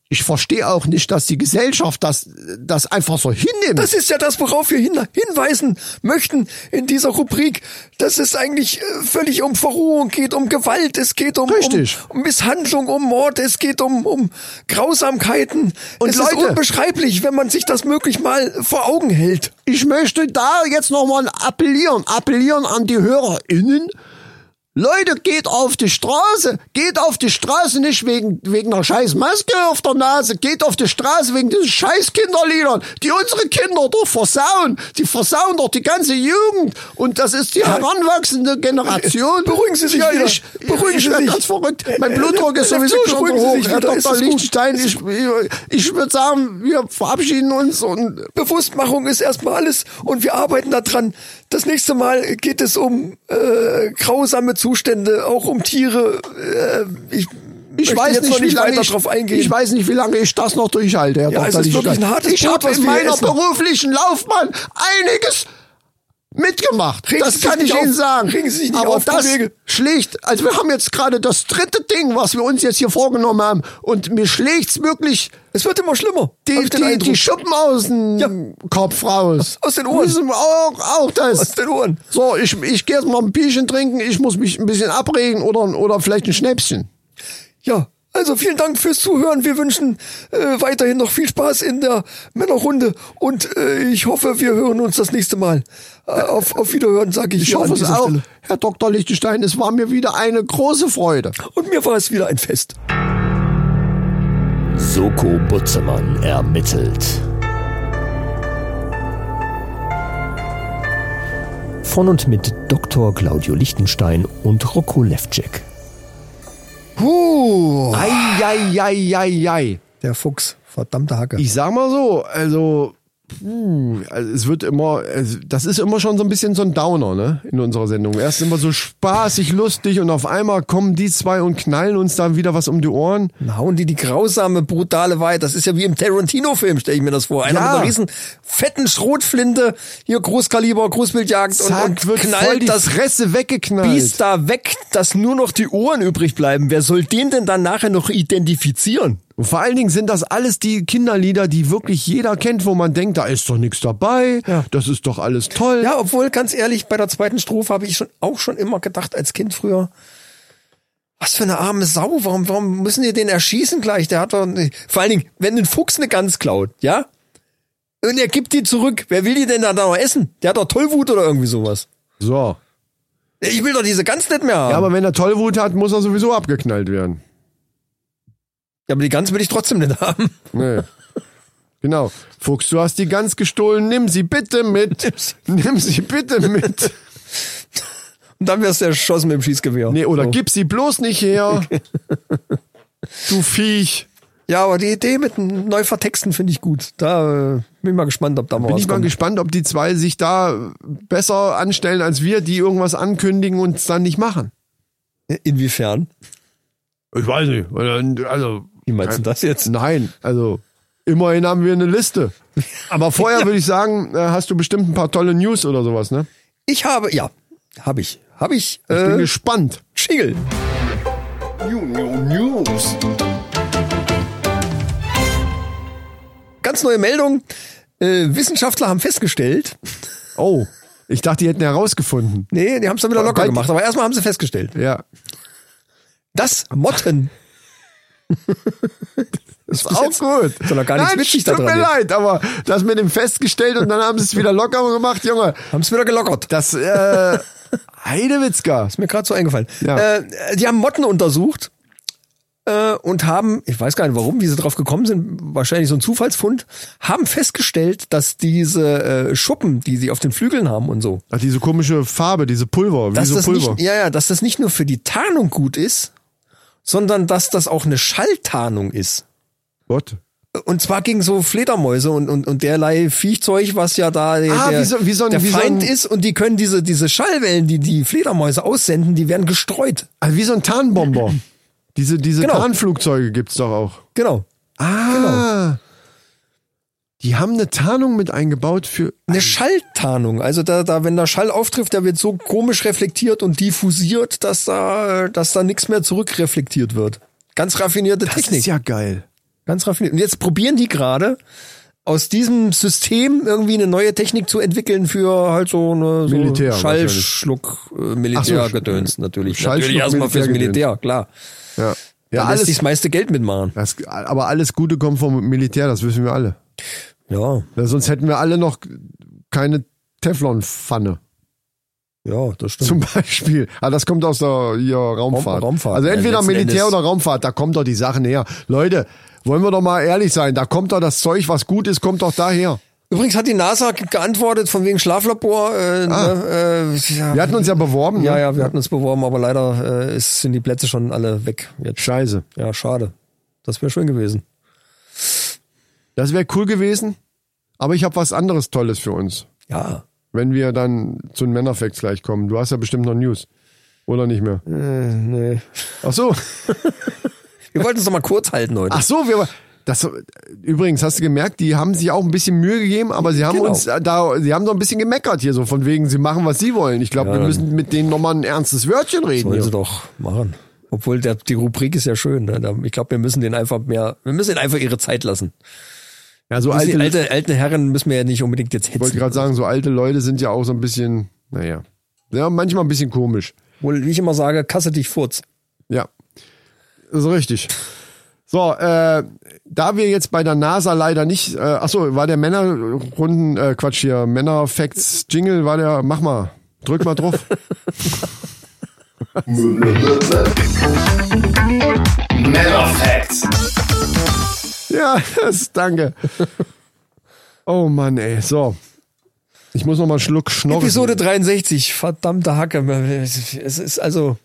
A: ich verstehe auch nicht, dass die Gesellschaft das, das einfach so hinnimmt.
B: Das ist ja das, worauf wir hin, hinweisen möchten in dieser Rubrik, dass es eigentlich äh, völlig um Verrohung geht, um Gewalt, es geht um, um,
A: Richtig.
B: um Misshandlung, um Mord, es geht um, um Grausamkeiten.
A: Und
B: es ist
A: Leute-
B: unbeschreiblich, wenn man sich das möglich mal vor Augen hält.
A: ich möchte da jetzt nochmal appellieren, appellieren an die HörerInnen. Leute, geht auf die Straße, geht auf die Straße nicht wegen, wegen einer scheiß Maske auf der Nase, geht auf die Straße wegen diesen scheiß Kinderliedern, die unsere Kinder doch versauen, die versauen doch die ganze Jugend und das ist die heranwachsende Generation.
B: Beruhigen Sie sich
A: ja,
B: wieder.
A: ich,
B: Beruhigen
A: ich
B: Sie
A: werd
B: sich.
A: ganz verrückt. Mein
B: Äh,
A: Blutdruck
B: äh,
A: ist sowieso
B: äh,
A: schon
B: beruhigen Sie
A: hoch,
B: sich
A: Herr
B: wieder. Ist
A: Dr.
B: es gut?
A: Lichtenstein. Ich, ich würde sagen, wir verabschieden uns und
B: Bewusstmachung ist erstmal alles und wir arbeiten daran. Das nächste Mal geht es um äh, grausame Zustände, auch um Tiere. Äh, ich
A: Ich
B: möchte
A: weiß
B: jetzt
A: nicht,
B: noch
A: wie
B: nicht
A: lange
B: weiter
A: ich,
B: drauf eingehen.
A: ich weiß nicht, wie lange ich das noch durchhalte, Herr
B: Ja, es
A: Dr.
B: ist wirklich ein hartes
A: Ich
B: Brot,
A: habe
B: was
A: in
B: wir
A: meiner
B: essen.
A: beruflichen Laufbahn einiges mitgemacht.
B: Regen Sie
A: das
B: sich
A: kann ich
B: nicht auf.
A: Ihnen sagen.
B: Regen Sie sich nicht
A: Aber
B: auf,
A: das
B: Kollege.
A: schlägt, also wir haben jetzt gerade das dritte Ding, was wir uns jetzt hier vorgenommen haben und mir schlägt's wirklich
B: es wird immer schlimmer. hab
A: die,
B: ich den
A: die,
B: Eindruck.
A: die Schuppen aus dem
B: Ja.
A: Kopf raus.
B: Aus den Ohren.
A: Müssen wir Auch, auch das.
B: aus den Ohren.
A: So, ich, ich gehe jetzt mal ein Bierchen trinken, ich muss mich ein bisschen abregen oder, oder vielleicht ein Schnäpschen.
B: Ja, also vielen Dank fürs Zuhören. Wir wünschen äh, weiterhin noch viel Spaß in der Männerrunde und äh, ich hoffe, wir hören uns das nächste Mal. Äh, auf, auf Wiederhören sage ich.
A: Ich
B: hier
A: hoffe
B: an
A: es
B: dieser
A: auch.
B: Stelle.
A: Herr Dr. Lichtenstein, es war mir wieder eine große Freude.
B: Und mir war es wieder ein Fest.
D: Soko Butzemann ermittelt. Von und mit Dr. Claudio Lichtenstein und Rocco Levcek.
A: Oh.
B: Puh,
A: Eieieiei.
B: der Fuchs, verdammte Hacke.
A: Ich sag mal so, also, puh, also es wird immer, also das ist immer schon so ein bisschen so ein Downer, ne, in unserer Sendung. Erst immer so spaßig, lustig und auf einmal kommen die zwei und knallen uns dann wieder was um die Ohren.
B: Na, hauen die die grausame, brutale Wahrheit. Das ist ja wie im Tarantino-Film, stelle ich mir das vor. Einer
A: Ja.
B: mit einer riesen fetten Schrotflinte, hier Großkaliber, Großbildjagd und,
A: Zack,
B: und
A: wird voll die
B: knallt das
A: Fresse halt. weggeknallt.
B: Biest da weg, dass nur noch die Ohren übrig bleiben. Wer soll den denn dann nachher noch identifizieren?
A: Und vor allen Dingen sind das alles die Kinderlieder, die wirklich jeder kennt, wo man denkt, da ist doch nichts dabei,
B: Ja.
A: das ist doch alles toll.
B: Ja, obwohl, ganz ehrlich, bei der zweiten Strophe habe ich schon auch schon immer gedacht, als Kind früher, was für eine arme Sau, warum, warum müssen die den erschießen gleich? Der hat doch nicht. Vor allen Dingen, wenn ein Fuchs eine Gans klaut, ja? Und er gibt die zurück. Wer will die denn da noch essen? Der hat doch Tollwut oder irgendwie sowas.
A: So.
B: Ich will doch diese Gans nicht mehr haben.
A: Ja, aber wenn er Tollwut hat, muss er sowieso abgeknallt werden.
B: Ja, aber die Gans will ich trotzdem nicht haben.
A: Nee. Genau. Fuchs, du hast die Gans gestohlen, nimm sie bitte mit. Nimm sie bitte mit.
B: Und dann wärst du erschossen mit dem Schießgewehr.
A: Nee, oder gib sie bloß nicht her. Du Viech.
B: Ja, aber die Idee mit dem Neuvertexten finde ich gut. Da äh, bin ich mal gespannt, ob da mal
A: Bin
B: was
A: ich mal
B: kommt.
A: gespannt, ob die zwei sich da besser anstellen als wir, die irgendwas ankündigen und es dann nicht machen.
B: Inwiefern?
A: Ich weiß nicht. Also,
B: Wie meinst du das jetzt?
A: nein. Also, immerhin haben wir eine Liste. Aber vorher würde ich sagen, äh, hast du bestimmt ein paar tolle News oder sowas, ne?
B: Ich habe, ja, habe ich. Habe ich.
A: Ich bin
B: Äh,
A: gespannt.
B: Schigel. Ganz neue Meldung. Äh, Wissenschaftler haben festgestellt,
A: Oh, ich dachte, die hätten herausgefunden.
B: nee, die haben es dann wieder locker
A: Bald-
B: gemacht, aber erstmal haben sie festgestellt,
A: Ja.
B: dass Motten,
A: Ist auch gut.
B: ist doch noch gar nichts
A: Nein,
B: witzig da
A: tut mir
B: dran
A: leid, aber das mit dem festgestellt und dann haben sie es wieder locker gemacht, Junge.
B: haben es wieder gelockert.
A: Das, äh, Heidewitzka.
B: Ist mir gerade so eingefallen.
A: Ja.
B: Äh, die haben Motten untersucht äh, und haben, ich weiß gar nicht warum, wie sie drauf gekommen sind, wahrscheinlich so ein Zufallsfund, haben festgestellt, dass diese äh, Schuppen, die sie auf den Flügeln haben und so,
A: Ach, diese komische Farbe, diese Pulver, wie
B: dass
A: so
B: das
A: Pulver.
B: nicht, ja, ja, dass das nicht nur für die Tarnung gut ist, sondern dass das auch eine Schalltarnung ist.
A: Gott.
B: Und zwar gegen so Fledermäuse und, und, und derlei Viechzeug, was ja da der,
A: Ah,
B: der,
A: wie so- wie so ein-
B: der
A: wie so ein-
B: Feind ist. Und die können diese, diese Schallwellen, die die Fledermäuse aussenden, die werden gestreut.
A: Also wie so ein Tarnbomber. Diese, diese
B: Genau.
A: Tarnflugzeuge gibt's doch auch.
B: Genau.
A: Ah. Genau. Die haben eine Tarnung mit eingebaut für.
B: Eine Schalltarnung. Also da, da, wenn da Schall auftrifft, der wird so komisch reflektiert und diffusiert, dass da, dass da nichts mehr zurückreflektiert wird. Ganz raffinierte
A: Das
B: Technik.
A: ist ja geil.
B: Ganz raffiniert. Und jetzt probieren die gerade, aus diesem System irgendwie eine neue Technik zu entwickeln für halt so eine so
A: Militär wahrscheinlich.
B: Schallschluck äh,
A: Ach so,
B: Militärgedöns natürlich. Natürlich
A: Schallschluck-
B: erstmal fürs Militär, klar.
A: Ja.
B: Ja,
A: Ja,
B: da lässt sich
A: alles.
B: das meiste Geld mitmachen.
A: Das, aber alles Gute kommt vom Militär, das wissen wir alle.
B: Ja,
A: Ja, Äh, sonst hätten wir alle noch keine Teflonpfanne.
B: ja, das stimmt.
A: Zum Beispiel. Ah, das kommt aus der hier, Raumfahrt.
B: Raumfahrt,
A: Also
B: ja,
A: entweder
B: letzten
A: Militär
B: Endes.
A: oder Raumfahrt, da kommt doch die Sache näher. Leute, wollen wir doch mal ehrlich sein, da kommt doch das Zeug, was gut ist, kommt doch daher.
B: Übrigens hat die NASA ge- geantwortet von wegen Schlaflabor. Äh, ne, äh, ja,
A: Wir hatten uns ja beworben.
B: ja,
A: ne?
B: ja, wir hatten uns beworben, aber leider äh, ist, sind die Plätze schon alle weg. Jetzt.
A: Scheiße.
B: Ja, schade. Das wäre schön gewesen.
A: Das wäre cool gewesen, aber ich habe was anderes Tolles für uns,
B: Ja.
A: wenn wir dann zu den Männerfacts gleich kommen. Du hast ja bestimmt noch News. Oder nicht mehr?
B: Äh, nee.
A: Ach so.
B: Wir wollten es doch mal kurz halten heute.
A: Ach so, wir das übrigens hast du gemerkt, die haben sich auch ein bisschen Mühe gegeben, aber sie haben
B: Genau.
A: uns äh, da sie haben so ein bisschen gemeckert hier so von wegen sie machen was sie wollen. Ich glaube, wir müssen mit denen nochmal ein ernstes Wörtchen reden.
B: Sollen
A: Hier.
B: sie doch machen. Obwohl der, die Rubrik ist ja schön. Ne? Da- Ich glaube, wir müssen den einfach mehr, wir müssen den einfach ihre Zeit lassen.
A: Ja, so alte
B: Alte,
A: ich
B: alte, alte Herren müssen wir ja nicht unbedingt jetzt
A: wollte
B: hetzen.
A: gerade sagen, so alte Leute sind ja auch so ein bisschen, naja, ja, manchmal ein bisschen komisch.
B: Obwohl, wie ich immer sage, kasse dich Furz.
A: Ja. Das ist richtig. So, äh, da wir jetzt bei der NASA leider nicht, äh, achso, war der Männerrunden, äh, Quatsch hier, Männer-Facts Jingle, war der, mach mal, drück mal drauf.
E: Männer Facts.
A: ja, das, danke. Oh Mann, ey, so. Ich muss noch mal einen Schluck schnorren.
B: Episode 63, verdammte Hacke. Es ist also.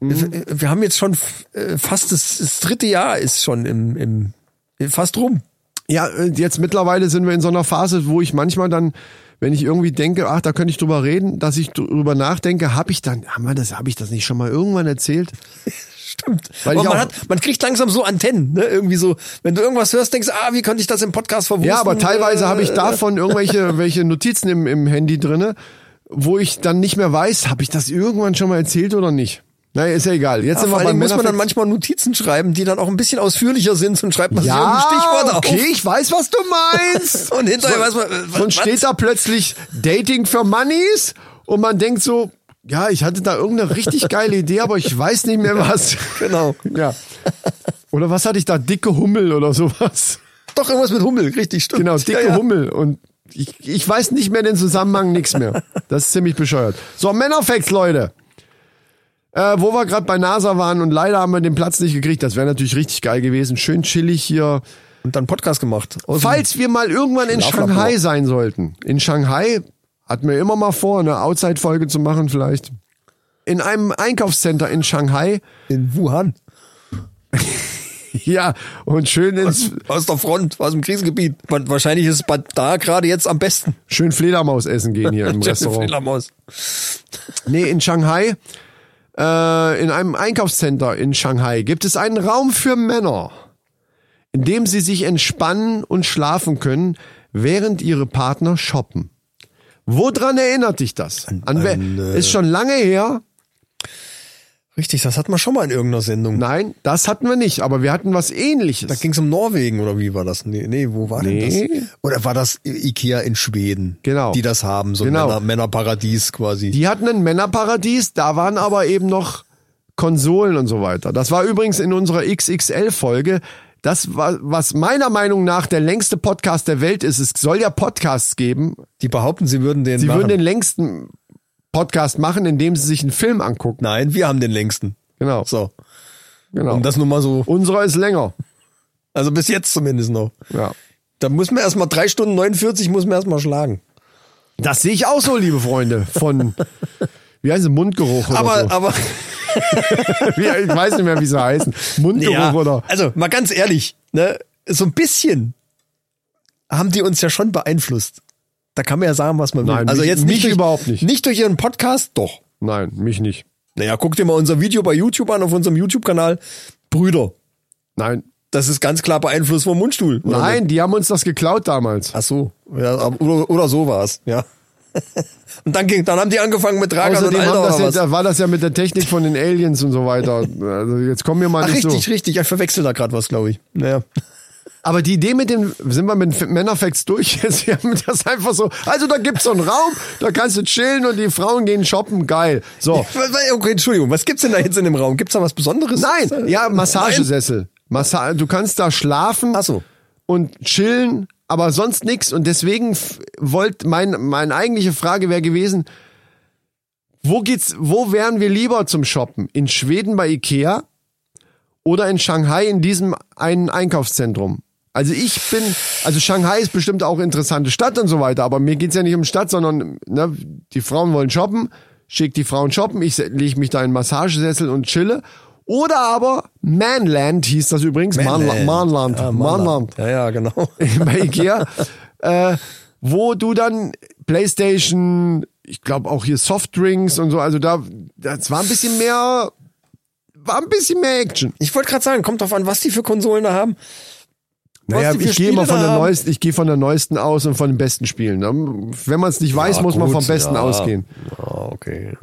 A: Mhm.
B: Wir haben jetzt schon äh, fast das, das dritte Jahr ist schon im, im fast rum.
A: Ja, äh, jetzt mittlerweile sind wir in so einer Phase, wo ich manchmal dann, wenn ich irgendwie denke, ach, da könnte ich drüber reden, dass ich drüber nachdenke, habe ich dann, haben wir das, habe ich das nicht schon mal irgendwann erzählt?
B: Stimmt.
A: Weil
B: aber
A: ich
B: man,
A: auch-
B: hat, man kriegt langsam so Antennen, ne? Irgendwie so, wenn du irgendwas hörst, denkst, ah, wie könnte ich das im Podcast verwursten?
A: Ja, aber teilweise habe ich
B: Äh,
A: davon irgendwelche welche Notizen im, im Handy drinne, wo ich dann nicht mehr weiß, habe ich das irgendwann schon mal erzählt oder nicht. Naja, ist ja egal. Jetzt
B: Ja,
A: sind
B: vor
A: wir bei
B: allem muss man dann
A: Männerfacts.
B: manchmal Notizen schreiben, die dann auch ein bisschen ausführlicher sind und schreibt man sich irgendein Stichwort
A: Ja, okay,
B: auf.
A: ich weiß, was du meinst.
B: Und hinterher weiß man, äh, was-
A: Sonst steht da plötzlich Dating für Moneys und man denkt so, ja, ich hatte da irgendeine richtig geile Idee, aber ich weiß nicht mehr was.
B: Genau.
A: Ja. Oder was hatte ich da? Dicke Hummel oder sowas.
B: Doch irgendwas mit Hummel, richtig, stimmt.
A: Genau, dicke
B: ja, ja.
A: Hummel. Und ich, ich weiß nicht mehr den Zusammenhang, nix mehr. Das ist ziemlich bescheuert. So, Männerfacts, Leute. Äh, wo wir gerade bei NASA waren und leider haben wir den Platz nicht gekriegt. Das wäre natürlich richtig geil gewesen. Schön chillig hier.
B: Und dann Podcast gemacht. Aus dem-
A: Falls wir mal irgendwann in
B: Schlaflabor.
A: Shanghai sein sollten. In Shanghai hat mir immer mal vor, eine Outside-Folge zu machen vielleicht. In einem Einkaufscenter in Shanghai.
B: in Wuhan.
A: Ja, und schön ins,
B: Aus der Front, aus dem Krisengebiet. Wa- Wahrscheinlich ist es da gerade jetzt am besten.
A: schön Fledermaus essen gehen hier im
B: Schöne
A: Restaurant.
B: Fledermaus.
A: Nee, in Shanghai, äh, in einem Einkaufscenter in Shanghai gibt es einen Raum für Männer, in dem sie sich entspannen und schlafen können, während ihre Partner shoppen. Woran erinnert dich das? An we-
B: äh,
A: ist schon lange her.
B: Richtig, das hatten wir schon mal in irgendeiner Sendung.
A: Nein, das hatten wir nicht, aber wir hatten was
B: Da
A: ähnliches.
B: ging es um Norwegen oder wie war das? Nee, nee wo war
A: Nee.
B: denn das? Oder war das I- Ikea in Schweden?
A: Genau.
B: Die das haben, so ein
A: Genau.
B: Männer, Männerparadies quasi.
A: Die hatten ein Männerparadies, da waren aber eben noch Konsolen und so weiter. Das war übrigens in unserer XXL-Folge. Das war, was meiner Meinung nach der längste Podcast der Welt ist. Es soll ja Podcasts geben.
B: Die behaupten, sie würden den
A: Sie
B: machen.
A: würden den längsten Podcast machen, indem sie sich einen Film angucken.
B: Nein, wir haben den längsten.
A: Genau.
B: So.
A: Genau.
B: Um das nur mal so.
A: Unsere ist länger.
B: Also bis jetzt zumindest noch.
A: Ja.
B: Da muss man erstmal drei Stunden 49 muss man erstmal schlagen.
A: Das sehe ich auch so, liebe Freunde. Von, wie heißt es, Mundgeruch oder
B: Aber,
A: so.
B: aber,
A: Wie- ich weiß nicht mehr, wie sie heißen. Mundgeruch
B: ja,
A: oder.
B: also mal ganz ehrlich, ne, so ein bisschen haben die uns ja schon beeinflusst. Da kann man ja sagen, was man will.
A: Nein,
B: also
A: mich-
B: jetzt
A: mich
B: nicht durch,
A: überhaupt nicht.
B: Nicht durch ihren Podcast, doch.
A: Nein, mich nicht.
B: Naja, guck dir mal unser Video bei YouTube an, auf unserem YouTube-Kanal. Brüder,
A: Nein.
B: das ist ganz klar beeinflusst vom Mundstuhl. oder nicht?
A: Nein, die haben uns das geklaut damals.
B: Ach so, ja, aber- oder, oder so war's. ja. und dann ging, dann haben die angefangen mit Dragan und
A: Außerdem
B: Alter
A: haben das
B: oder was.
A: jetzt, war das ja mit der Technik von den Aliens und so weiter. Also jetzt kommen wir mal
B: Ach,
A: nicht
B: richtig,
A: so.
B: richtig, ich verwechsel da gerade was, glaube ich. Naja.
A: Aber die Idee mit dem, sind wir mit den Männerfacts durch jetzt? Wir haben das einfach so. Also da gibt's so einen Raum, da kannst du chillen und die Frauen gehen shoppen, geil. So.
B: Okay, Entschuldigung, was gibt's denn da jetzt in dem Raum? Gibt's da was Besonderes?
A: Nein, ja, Massagesessel. Massa du kannst da schlafen
B: Ach so.
A: und chillen, aber sonst nix. Und deswegen f- wollt mein, meine eigentliche Frage wäre gewesen, wo geht's, wo wären wir lieber zum Shoppen? In Schweden bei Ikea oder in Shanghai in diesem einen Einkaufszentrum? Also ich bin, also Shanghai ist bestimmt auch interessante Stadt und so weiter, aber mir geht's ja nicht um Stadt, sondern ne, die Frauen wollen shoppen, schick die Frauen shoppen, ich se- lege mich da in einen Massagesessel und chille. Oder aber Manland hieß das übrigens, Manland, Manland,
B: Ah,
A: Manland
B: Ja, ja, genau.
A: Äh, bei Ikea, äh, wo du dann Playstation, ich glaube auch hier Softdrinks und so, also da, das war ein bisschen mehr, war ein bisschen mehr Action.
B: Ich wollte gerade sagen, kommt drauf an, was die für Konsolen da haben. Was
A: Naja,
B: die für
A: ich gehe
B: Spiele
A: immer von
B: da
A: der
B: haben.
A: neuesten, ich gehe von der neuesten aus und von den besten Spielen. Ne? Wenn man es nicht weiß,
B: Ja,
A: muss man
B: gut,
A: vom Besten
B: ja.
A: ausgehen.
B: Ah, okay.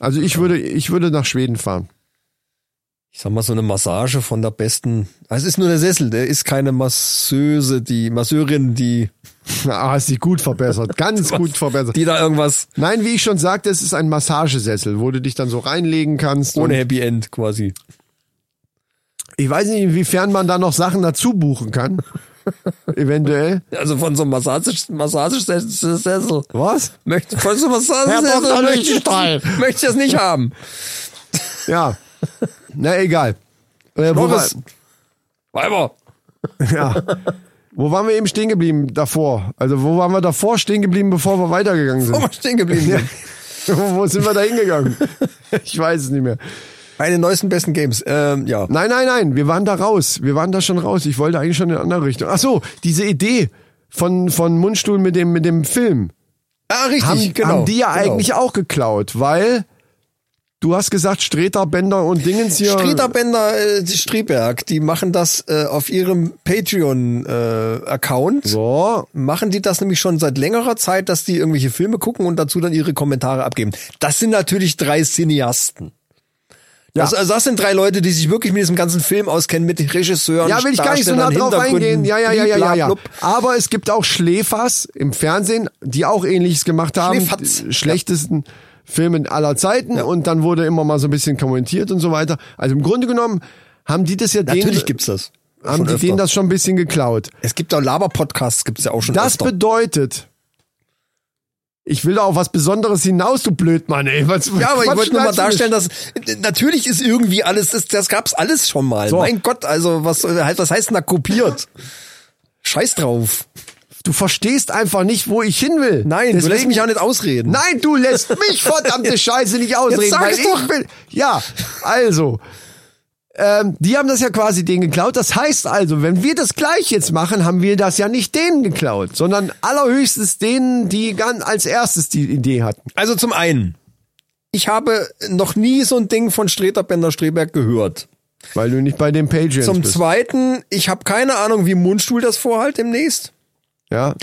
A: Also ich würde, ich würde nach Schweden fahren.
B: Ich sag mal, so eine Massage von der besten. Ah, Es ist nur der Sessel, der ist keine Masseuse, die Masseurin, die,
A: Ah, hast dich gut verbessert, ganz gut verbessert.
B: die da irgendwas
A: Nein, wie ich schon sagte, es ist ein Massagesessel, wo du dich dann so reinlegen kannst. und-
B: ohne Happy End quasi.
A: Ich weiß nicht, inwiefern man da noch Sachen dazu buchen kann. Eventuell.
B: Also von so einem Massage, Massagesessel.
A: Was?
B: Möchte, von so einem
A: Herr Dr.
B: Massagesessel möchte, ich-
A: Lichtenstein.
B: möchte ich das nicht haben.
A: Ja. Na, egal. Äh, wo, war,
B: Boris. Weiber.
A: wo waren wir eben stehen geblieben davor? Also, wo waren wir davor stehen geblieben, bevor wir weitergegangen
B: Oh,
A: sind?
B: mal stehen geblieben.
A: Ja. wo sind wir da hingegangen? Ich weiß es nicht mehr.
B: Meine neuesten besten Games. Ähm, ja.
A: Nein, nein, nein, wir waren da raus. Wir waren da schon raus. Ich wollte eigentlich schon in eine andere Richtung. Ach so, diese Idee von, von Mundstuhl mit dem, mit dem Film.
B: Ah, richtig,
A: haben, haben die ja
B: genau.
A: eigentlich auch geklaut, weil du hast gesagt, Streter, Bender und Dingens hier.
B: Streeterbänder äh, die Strieberg, die machen das äh, auf ihrem Patreon-Account.
A: So.
B: Machen die das nämlich schon seit längerer Zeit, dass die irgendwelche Filme gucken und dazu dann ihre Kommentare abgeben. Das sind natürlich drei Cineasten.
A: Ja.
B: Das, also das sind drei Leute, die sich wirklich mit diesem ganzen Film auskennen, mit Regisseuren,
A: Ja, will ich gar nicht so nah
B: Darstellern,
A: drauf
B: Hintergründen,
A: eingehen. Ja, ja, ja, ja, ja, ja.
B: bliblablub.
A: Aber es gibt auch Schläfers im Fernsehen, die auch ähnliches gemacht haben.
B: Schläferz.
A: Die Schlechtesten Filmen aller Zeiten. Und dann wurde immer mal so ein bisschen kommentiert und so weiter. Also im Grunde genommen haben die das ja
B: Natürlich
A: denen,
B: gibt's das.
A: äh, haben
B: Schon
A: die denen
B: öfter.
A: das schon ein bisschen geklaut.
B: es gibt auch Laber-Podcasts, gibt's ja auch schon
A: Das
B: öfter.
A: bedeutet, ich will da auf was Besonderes hinaus, du Blödmann, ey. Was,
B: Ja, aber ich
A: Quatsch
B: wollte nur mal
A: lass mich.
B: darstellen, dass äh, natürlich ist irgendwie alles, das, das gab's alles schon mal.
A: So.
B: Mein Gott, also was, was heißt denn da kopiert? Scheiß drauf.
A: Du verstehst einfach nicht, wo ich hin will.
B: Nein, du lässt mich auch nicht ausreden.
A: Nein, du lässt mich verdammte Scheiße nicht ausreden.
B: Jetzt sag
A: weil
B: es
A: ich
B: doch.
A: Will. Ja, also. Ähm, die haben das ja quasi denen geklaut. Das heißt also, wenn wir das gleich jetzt machen, haben wir das ja nicht denen geklaut, sondern allerhöchstens denen, die ganz als erstes die Idee hatten.
B: Also zum einen, ich habe noch nie so ein Ding von Streter Bender Streberg gehört.
A: Weil du nicht bei den Patreons
B: Zum
A: bist.
B: zweiten, ich habe keine Ahnung, wie Mundstuhl das vorhalt demnächst.
A: Ja.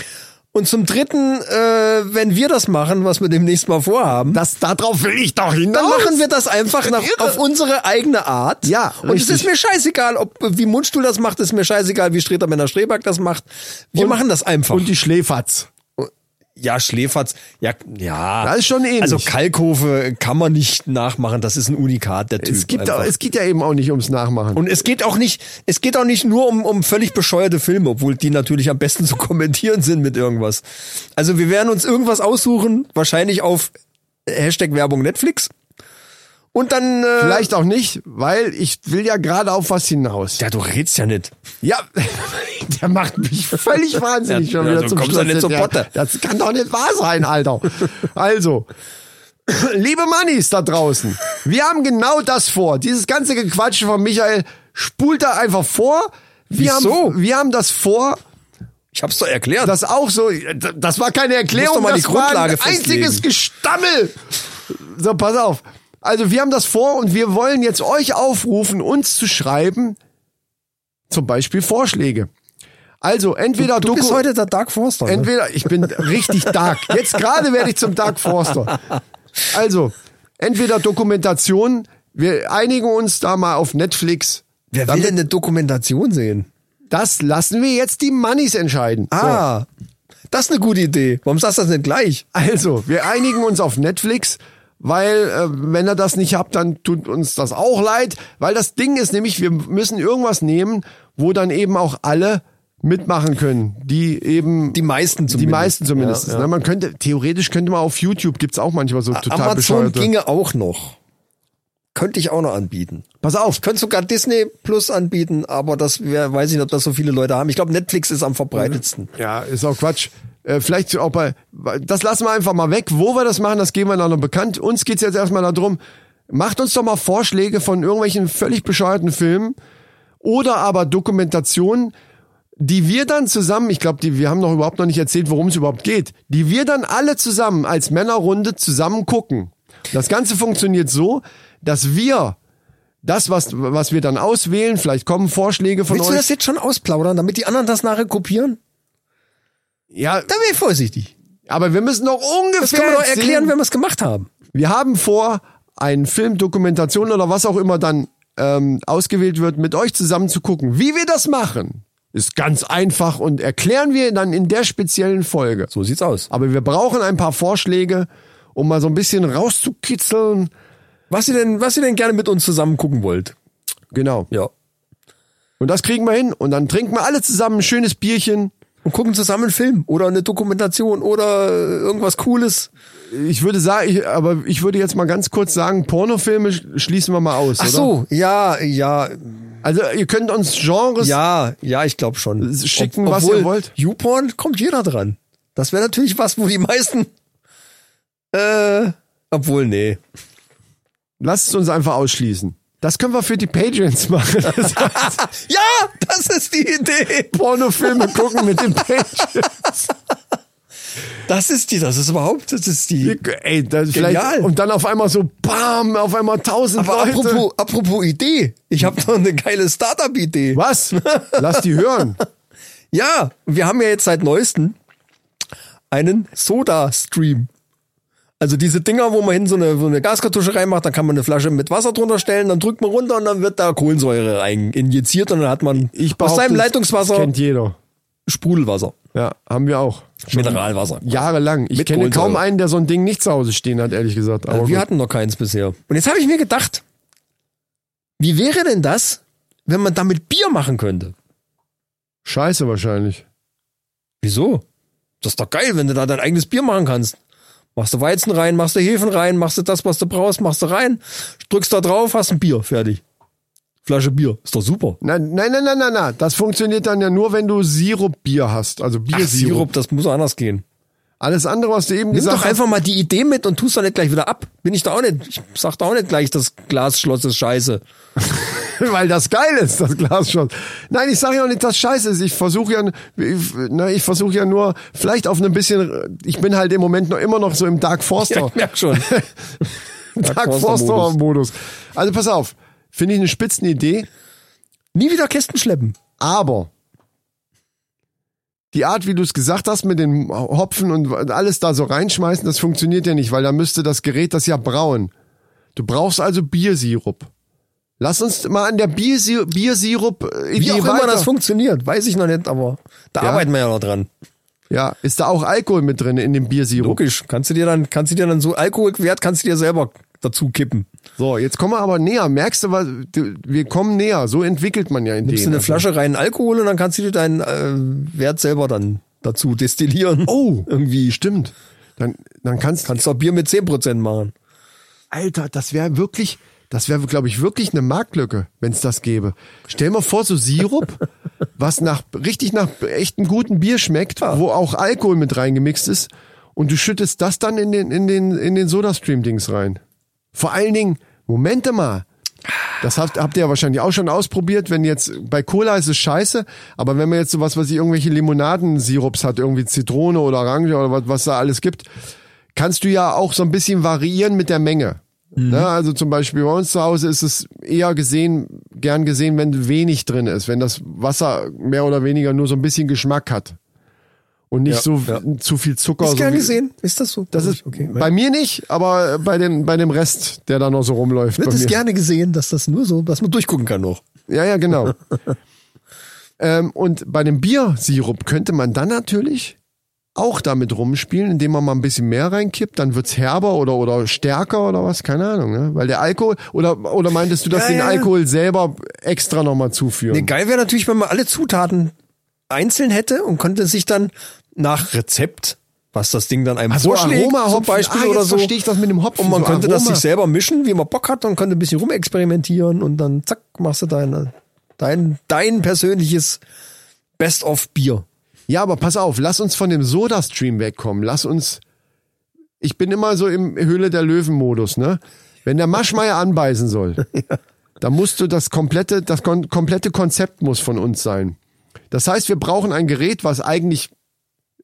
B: Und zum dritten, äh, wenn wir das machen, was wir demnächst mal vorhaben,
A: Das, darauf will ich doch hinaus.
B: Dann machen wir das einfach nach, auf unsere eigene Art.
A: Ja,
B: Und es
A: richtig.
B: ist mir scheißegal, ob wie Mundstuhl das macht, ist mir scheißegal, wie Streter Männer Streberg das macht. Wir machen das einfach.
A: Und die Schläferz.
B: ja, Schläferz, ja, ja.
A: Das ist schon ähnlich.
B: Also Kalkofe kann man nicht nachmachen, das ist ein Unikat, der Typ.
A: Es, gibt auch,
B: einfach.
A: es geht ja eben auch nicht ums Nachmachen.
B: und es geht auch nicht, es geht auch nicht nur um, um völlig bescheuerte Filme, obwohl die natürlich am besten zu kommentieren sind mit irgendwas. Also wir werden uns irgendwas aussuchen, wahrscheinlich auf Hashtag Werbung äh, Netflix. Und dann. Äh,
A: Vielleicht auch nicht, weil ich will ja gerade auf was hinaus.
B: Ja, du redst ja nicht.
A: Ja, der macht mich völlig wahnsinnig
B: Ja,
A: schon wieder
B: ja, so
A: zum
B: kommst
A: Schluss.
B: du nicht zur
A: Ja,
B: Potte.
A: Das kann doch nicht wahr sein, Alter. Also, liebe Mannis da draußen, wir haben genau das vor. Dieses ganze Gequatsche von Michael spult da einfach vor. Wir
B: Wieso?
A: Haben, wir haben das vor,
B: Ich hab's doch erklärt.
A: das auch so, das war keine
B: doch
A: Erklärung,
B: mal die
A: das war ein
B: Grundlage festlegen.
A: einziges Gestammel. So, pass auf. Also, wir haben das vor und wir wollen jetzt euch aufrufen, uns zu schreiben, zum Beispiel Vorschläge. Also, entweder
B: du bist
A: Doku-
B: heute der Dark Forster. Ne?
A: Entweder ich bin richtig dark. Jetzt gerade werde ich zum Dark Forster. Also, entweder Dokumentation, wir einigen uns da mal auf Netflix.
B: Wer will
A: Damit-
B: denn eine Dokumentation sehen?
A: Das lassen wir jetzt die Mannis entscheiden.
B: Ah, das ist eine gute Idee. Warum sagst du das nicht gleich?
A: Also, wir einigen uns auf Netflix, weil äh, wenn ihr das nicht habt, dann tut uns das auch leid, weil das Ding ist nämlich, wir müssen irgendwas nehmen, wo dann eben auch alle mitmachen können, die eben
B: Die meisten zumindest.
A: die meisten zumindest. Ne? Man könnte theoretisch könnte man auf YouTube gibt's auch manchmal so total
B: Amazon
A: bescheuerte.
B: ginge auch noch. Könnte ich auch noch anbieten.
A: Pass auf,
B: Könnte sogar Disney Plus anbieten, aber das wär, weiß ich nicht, ob das so viele Leute haben. Ich glaube, Netflix ist am verbreitetsten.
A: ja, ist auch Quatsch. Äh, vielleicht auch bei, das lassen wir einfach mal weg. Wo wir das machen, das geben wir dann noch bekannt. Uns geht's jetzt erstmal darum, macht uns doch mal Vorschläge von irgendwelchen völlig bescheuerten Filmen oder aber Dokumentationen, die wir dann zusammen, ich glaube, die wir haben noch überhaupt noch nicht erzählt, worum es überhaupt geht, die wir dann alle zusammen als Männerrunde zusammen gucken. Das Ganze funktioniert so, dass wir das, was, was wir dann auswählen, vielleicht kommen Vorschläge von
B: Willst du
A: euch.
B: das jetzt schon ausplaudern, damit die anderen das nachher kopieren?
A: ja,
B: Da wäre ich vorsichtig.
A: Aber wir müssen doch ungefähr.
B: Das können wir doch
A: jetzt
B: erklären,
A: sehen.
B: wenn wir es gemacht haben.
A: Wir haben vor, einen Film, Dokumentation oder was auch immer dann ähm, ausgewählt wird, mit euch zusammen zu gucken. Wie wir das machen, ist ganz einfach und erklären wir dann in der speziellen Folge.
B: So sieht's aus.
A: Aber wir brauchen ein paar Vorschläge, um mal so ein bisschen rauszukitzeln.
B: Was ihr denn, was ihr denn gerne mit uns zusammen gucken wollt?
A: Genau.
B: Ja.
A: Und das kriegen wir hin. Und dann trinken wir alle zusammen ein schönes Bierchen.
B: Und gucken zusammen einen Film oder eine Dokumentation oder irgendwas Cooles.
A: Ich würde sagen, ich, aber ich würde jetzt mal ganz kurz sagen, Pornofilme sch- schließen wir mal aus,
B: Ach
A: oder?
B: so, ja, ja,
A: Also ihr könnt uns Genres
B: ja, ja, ich glaube schon.
A: Schicken, was ihr wollt.
B: YouPorn kommt jeder dran. Das wäre natürlich was, wo die meisten. Äh, obwohl, nee.
A: Lasst es uns einfach ausschließen. Das können wir für die Patreons machen. Das heißt,
B: Ja, das ist die Idee.
A: Pornofilme gucken mit den Patreons.
B: Das ist die, das ist überhaupt, das ist die.
A: Ey, das
B: Genial.
A: vielleicht, und dann auf einmal so, bam, auf einmal tausend
B: Aber
A: Leute.
B: apropos, apropos Idee, ich habe noch eine geile Startup-Idee.
A: Was? Lass die hören.
B: Ja, wir haben ja jetzt seit neuesten einen Soda-Stream. Also diese Dinger, wo man hin so eine, so eine Gaskartusche reinmacht, dann kann man eine Flasche mit Wasser drunter stellen, dann drückt man runter und dann wird da Kohlensäure rein injiziert und dann hat man
A: Ich
B: aus
A: behaupte,
B: seinem
A: das
B: Leitungswasser
A: Kennt jeder.
B: Sprudelwasser,
A: Ja, haben wir auch.
B: Mineralwasser.
A: Jahrelang. Ich
B: Mit
A: kenne
B: Kohlensäure.
A: kaum einen, der so ein Ding nicht zu Hause stehen hat, ehrlich gesagt. Aber
B: Also wir
A: gut.
B: hatten noch keins bisher. Und jetzt habe ich mir gedacht, wie wäre denn das, wenn man damit Bier machen könnte?
A: Scheiße wahrscheinlich.
B: Wieso? Das ist doch geil, wenn du da dein eigenes Bier machen kannst. Machst du Weizen rein, machst du Hefen rein, machst du das, was du brauchst, machst du rein, drückst da drauf, hast ein Bier, fertig. Flasche Bier, ist doch super.
A: Nein, nein, nein, nein, nein, nein. Das funktioniert dann ja nur, wenn du Sirup-Bier hast. Also
B: Ach,
A: Biersirup.
B: Sirup, das muss doch anders gehen.
A: Alles andere, was du eben
B: Nimm
A: gesagt
B: doch
A: hast.
B: einfach mal die Idee mit und tust doch nicht gleich wieder ab. Bin ich da auch nicht, ich sag da auch nicht gleich, das Glasschloss ist scheiße.
A: Weil das geil ist, das Glasschloss. Nein, ich sage ja auch nicht, dass scheiße ist. Ich versuche ja, ich, ne, ich versuche ja nur, vielleicht auf einem bisschen, ich bin halt im Moment noch immer noch so im Dark
B: Ja,
A: Forster,
B: ich merk schon.
A: Dark Forster Modus. Also pass auf, finde ich eine Spitzenidee,
B: Nie wieder Kästen schleppen.
A: aber die Art, wie du es gesagt hast, mit den Hopfen und alles da so reinschmeißen, das funktioniert ja nicht, weil da müsste das Gerät das ja brauen. Du brauchst also Biersirup. Lass uns mal an der Biersi Biersirup-Idee
B: Wie auch
A: weiter.
B: immer das funktioniert, weiß ich noch nicht, aber da arbeiten wir ja noch dran.
A: Ja, ist da auch Alkohol mit drin in dem Biersirup?
B: Logisch, kannst du dir dann, kannst du dir dann so Alkoholwert, kannst du dir selber dazu kippen.
A: So, jetzt kommen wir aber näher. Merkst du, was, du- wir kommen näher. So entwickelt man ja Ideen.
B: Nimmst du eine Flasche reinen Alkohol und dann kannst du dir deinen äh, Wert selber dann dazu destillieren.
A: Oh,
B: irgendwie.
A: stimmt. Dann, dann kannst,
B: Kannst du auch Bier mit 10% machen.
A: Alter, das wäre wirklich, das wäre, glaube ich, wirklich eine Marktlücke, wenn es das gäbe. Stell mal vor, so Sirup, was nach, richtig nach echtem guten Bier schmeckt, wo auch Alkohol mit reingemixt ist. Und du schüttest das dann in den, in den, in den Soda-Stream-Dings rein. Vor allen Dingen, Momente mal. Das habt, habt ihr ja wahrscheinlich auch schon ausprobiert, wenn jetzt, bei Cola ist es scheiße, aber wenn man jetzt sowas, was ich irgendwelche Limonadensirups hat, irgendwie Zitrone oder Orange oder was, was da alles gibt, kannst du ja auch so ein bisschen variieren mit der Menge.
B: Mhm.
A: Ne? Also zum Beispiel bei uns zu Hause ist es eher gesehen, gern gesehen, wenn wenig drin ist, wenn das Wasser mehr oder weniger nur so ein bisschen Geschmack hat. Und nicht so
B: ja.
A: zu viel Zucker.
B: Ist
A: so
B: gern
A: wie-
B: gesehen. Ist Also das so?
A: Das ist
B: okay.
A: bei mir nicht, aber bei, den, bei dem Rest, der da noch so rumläuft.
B: Wird
A: bei
B: es
A: mir.
B: gerne gesehen, dass das nur so, dass man durchgucken kann noch.
A: Ja, ja, genau. ähm, und bei dem Biersirup könnte man dann natürlich auch damit rumspielen, indem man mal ein bisschen mehr reinkippt, dann wird's herber oder, oder stärker oder was, keine Ahnung, ne? Weil der Alkohol, oder, oder meintest du, dass
B: Ja,
A: den
B: ja, ja.
A: Alkohol selber extra nochmal zuführen?
B: Nee, geil wäre natürlich, wenn man alle Zutaten einzeln hätte und konnte sich dann nach Rezept, was das Ding dann einem
A: so,
B: vorschlägt,
A: Aroma,
B: zum
A: Hopfen.
B: Beispiel
A: Ah, jetzt
B: oder so.
A: verstehe ich das mit dem Hopfen,
B: Und man
A: so
B: könnte das
A: Aroma.
B: sich selber mischen, wie man Bock hat und könnte ein bisschen rumexperimentieren und dann zack, machst du dein, dein, dein persönliches Best-of-Bier.
A: Ja, aber pass auf, lass uns von dem Soda-Stream wegkommen. Lass uns. Ich bin immer so im Höhle der Löwen-Modus, ne? Wenn der Maschmeier anbeißen soll, dann musst du das komplette, das kon komplette Konzept muss von uns sein. Das heißt, wir brauchen ein Gerät, was eigentlich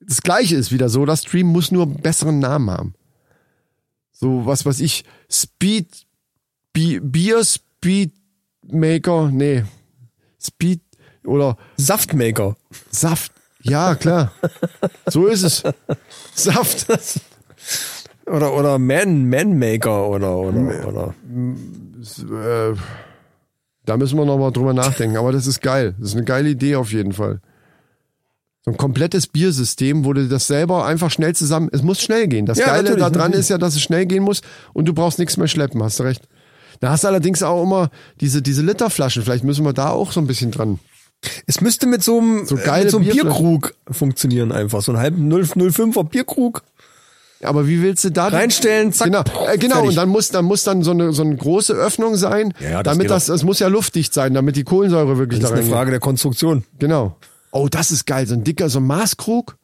A: das gleiche ist wie der Soda-Stream, muss nur einen besseren Namen haben. So was, was ich, Speed, Bi Bier Speed Maker, nee, Speed oder
B: Saftmaker.
A: Saft. Ja, klar. So ist es. Saft.
B: Oder, oder Man, Man-Maker oder, oder, oder.
A: Äh, da müssen wir nochmal drüber nachdenken. Aber das ist geil. Das ist eine geile Idee auf jeden Fall. So ein komplettes Biersystem, wo du das selber einfach schnell zusammen. Es muss schnell gehen. Das
B: Ja,
A: Geile
B: natürlich,
A: daran
B: natürlich.
A: ist ja, dass es schnell gehen muss und du brauchst nichts mehr schleppen, hast du recht. Da hast du allerdings auch immer diese, diese Literflaschen. Vielleicht müssen wir da auch so ein bisschen dran.
B: Es müsste mit so einem,
A: So
B: äh,
A: geile
B: mit so einem
A: Bierflaschen.
B: Bierkrug funktionieren einfach. So einen halben 0- 0,05er Bierkrug.
A: Aber wie willst du da
B: Reinstellen, zack,
A: Genau, äh, genau.
B: fertig.
A: und dann muss dann muss dann so eine so eine große Öffnung sein,
B: Ja, ja, das
A: damit
B: geht
A: das es muss ja luftdicht sein, damit die Kohlensäure wirklich
B: Das
A: da
B: ist eine
A: reingeht.
B: Frage der Konstruktion.
A: Genau. Oh, das ist geil, so ein dicker so ein Maßkrug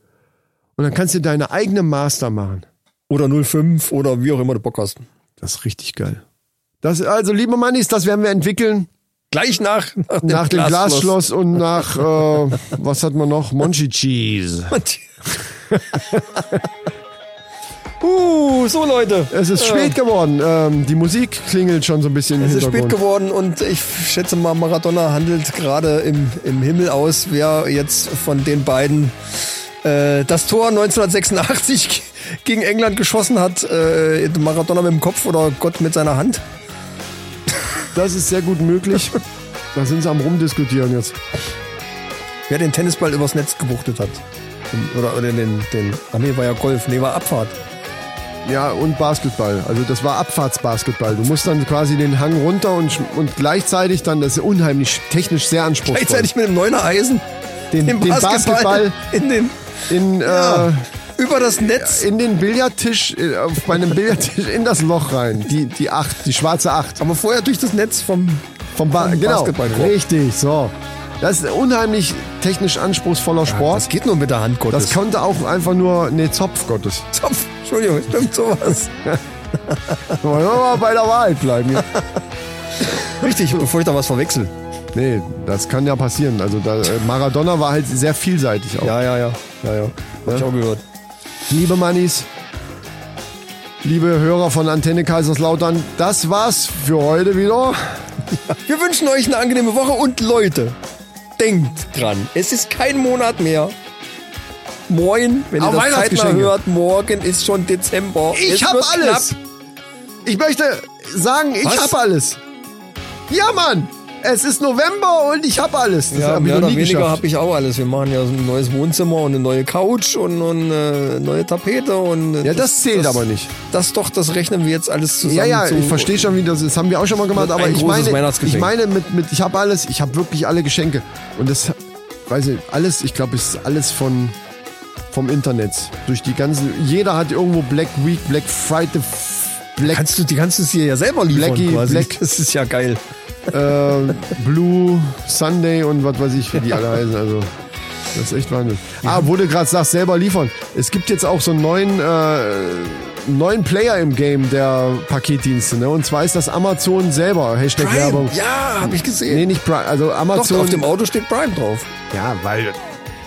A: und dann kannst du deine eigene Master machen.
B: Oder 05 oder wie auch immer du Bock hast.
A: Das ist richtig geil. Das also liebe Mannis, das werden wir entwickeln
B: Gleich nach, nach dem,
A: nach dem Glasschloss und nach äh, was hat man noch? Monchi Cheese.
B: uh, so Leute.
A: Es ist spät geworden. Ähm, die Musik klingelt schon so ein bisschen im
B: Es ist
A: Hintergrund.
B: spät geworden und ich schätze mal, Maradona handelt gerade im, im Himmel aus, wer jetzt von den beiden äh, das Tor 1986 gegen England geschossen hat. Äh, Maradona mit dem Kopf oder Gott mit seiner Hand.
A: Das ist sehr gut möglich. Da sind sie am rumdiskutieren jetzt.
B: Wer den Tennisball übers Netz gebuchtet hat. Oder, oder den, den, ah nee, war ja Golf, nee, war Abfahrt.
A: Ja, und Basketball. Also das war Abfahrtsbasketball. Du musst dann quasi den Hang runter und, sch- und gleichzeitig dann, das ist unheimlich technisch sehr anspruchsvoll.
B: Gleichzeitig mit dem Neuner Eisen
A: den, den Basketball,
B: in den,
A: in,
B: ja,
A: äh,
B: über das Netz.
A: in den Billardtisch, äh, auf meinem Billardtisch in das Loch rein. Die, die Acht, die schwarze Acht.
B: Aber vorher durch das Netz vom
A: Vom ba
B: Vom
A: genau,
B: Basketballkorb.
A: richtig, so. Das ist ein unheimlich technisch anspruchsvoller Sport.
B: Das geht nur mit der Hand Gottes.
A: das konnte auch einfach nur, nee, Zopf Gottes.
B: Zopf. Entschuldigung, stimmt sowas.
A: Wollen wir mal bei der Wahrheit bleiben hier.
B: Richtig, bevor ich da was verwechsel.
A: Nee, das kann ja passieren. Also da, äh, Maradona war halt sehr vielseitig auch.
B: Ja, ja, ja. ja, ja. Hab ich auch gehört.
A: Liebe Mannis, liebe Hörer von Antenne Kaiserslautern, das war's für heute wieder.
B: Wir wünschen euch eine angenehme Woche und Leute, denkt dran, es ist kein Monat mehr. Moin, wenn ihr
A: Auch
B: das zeitnah
A: Weihnachtsgeschenke.
B: hört, morgen ist schon Dezember.
A: Ich
B: Es
A: hab
B: wird
A: alles. Ich möchte sagen, ich
B: Was?
A: hab alles. Ja, Mann. Es ist November und ich hab alles. Das
B: Ja,
A: hab
B: mehr
A: ich noch
B: oder
A: nie
B: weniger
A: geschafft.
B: habe ich auch alles. Wir machen ja so ein neues Wohnzimmer und eine neue Couch und, und äh, neue Tapete und äh,
A: Ja, das zählt aber nicht.
B: Das doch, das rechnen wir jetzt alles zusammen.
A: Ja, ja,
B: zu-
A: ich verstehe schon, wie das ist. Das haben wir auch schon mal gemacht.
B: Ein
A: Aber ich
B: großes
A: meine, ich
B: Weihnachtsgeschenk.
A: meine mit, mit ich habe alles, ich habe wirklich alle Geschenke. Und das, weiß ich, alles, ich glaube, es ist alles von vom Internet. Durch die ganzen, jeder hat irgendwo Black Week, Black Friday, F- Black,
B: Kannst du, die kannst du dir ja selber liefern
A: Blackie,
B: quasi.
A: Black-
B: Das ist ja geil.
A: äh, Blue, Sunday und was weiß ich, wie die alle heißen. Also, das ist echt Wahnsinn. Ah, wo du gerade sagst, selber liefern. Es gibt jetzt auch so einen neuen, äh, neuen Player im Game der Paketdienste. Ne? Und zwar ist das Amazon selber. Hashtag Werbung.
B: Ja, habe ich gesehen.
A: Nee, nicht Prime. Also
B: Doch,
A: Amazon.
B: auf dem Auto steht Prime drauf.
A: Ja, weil,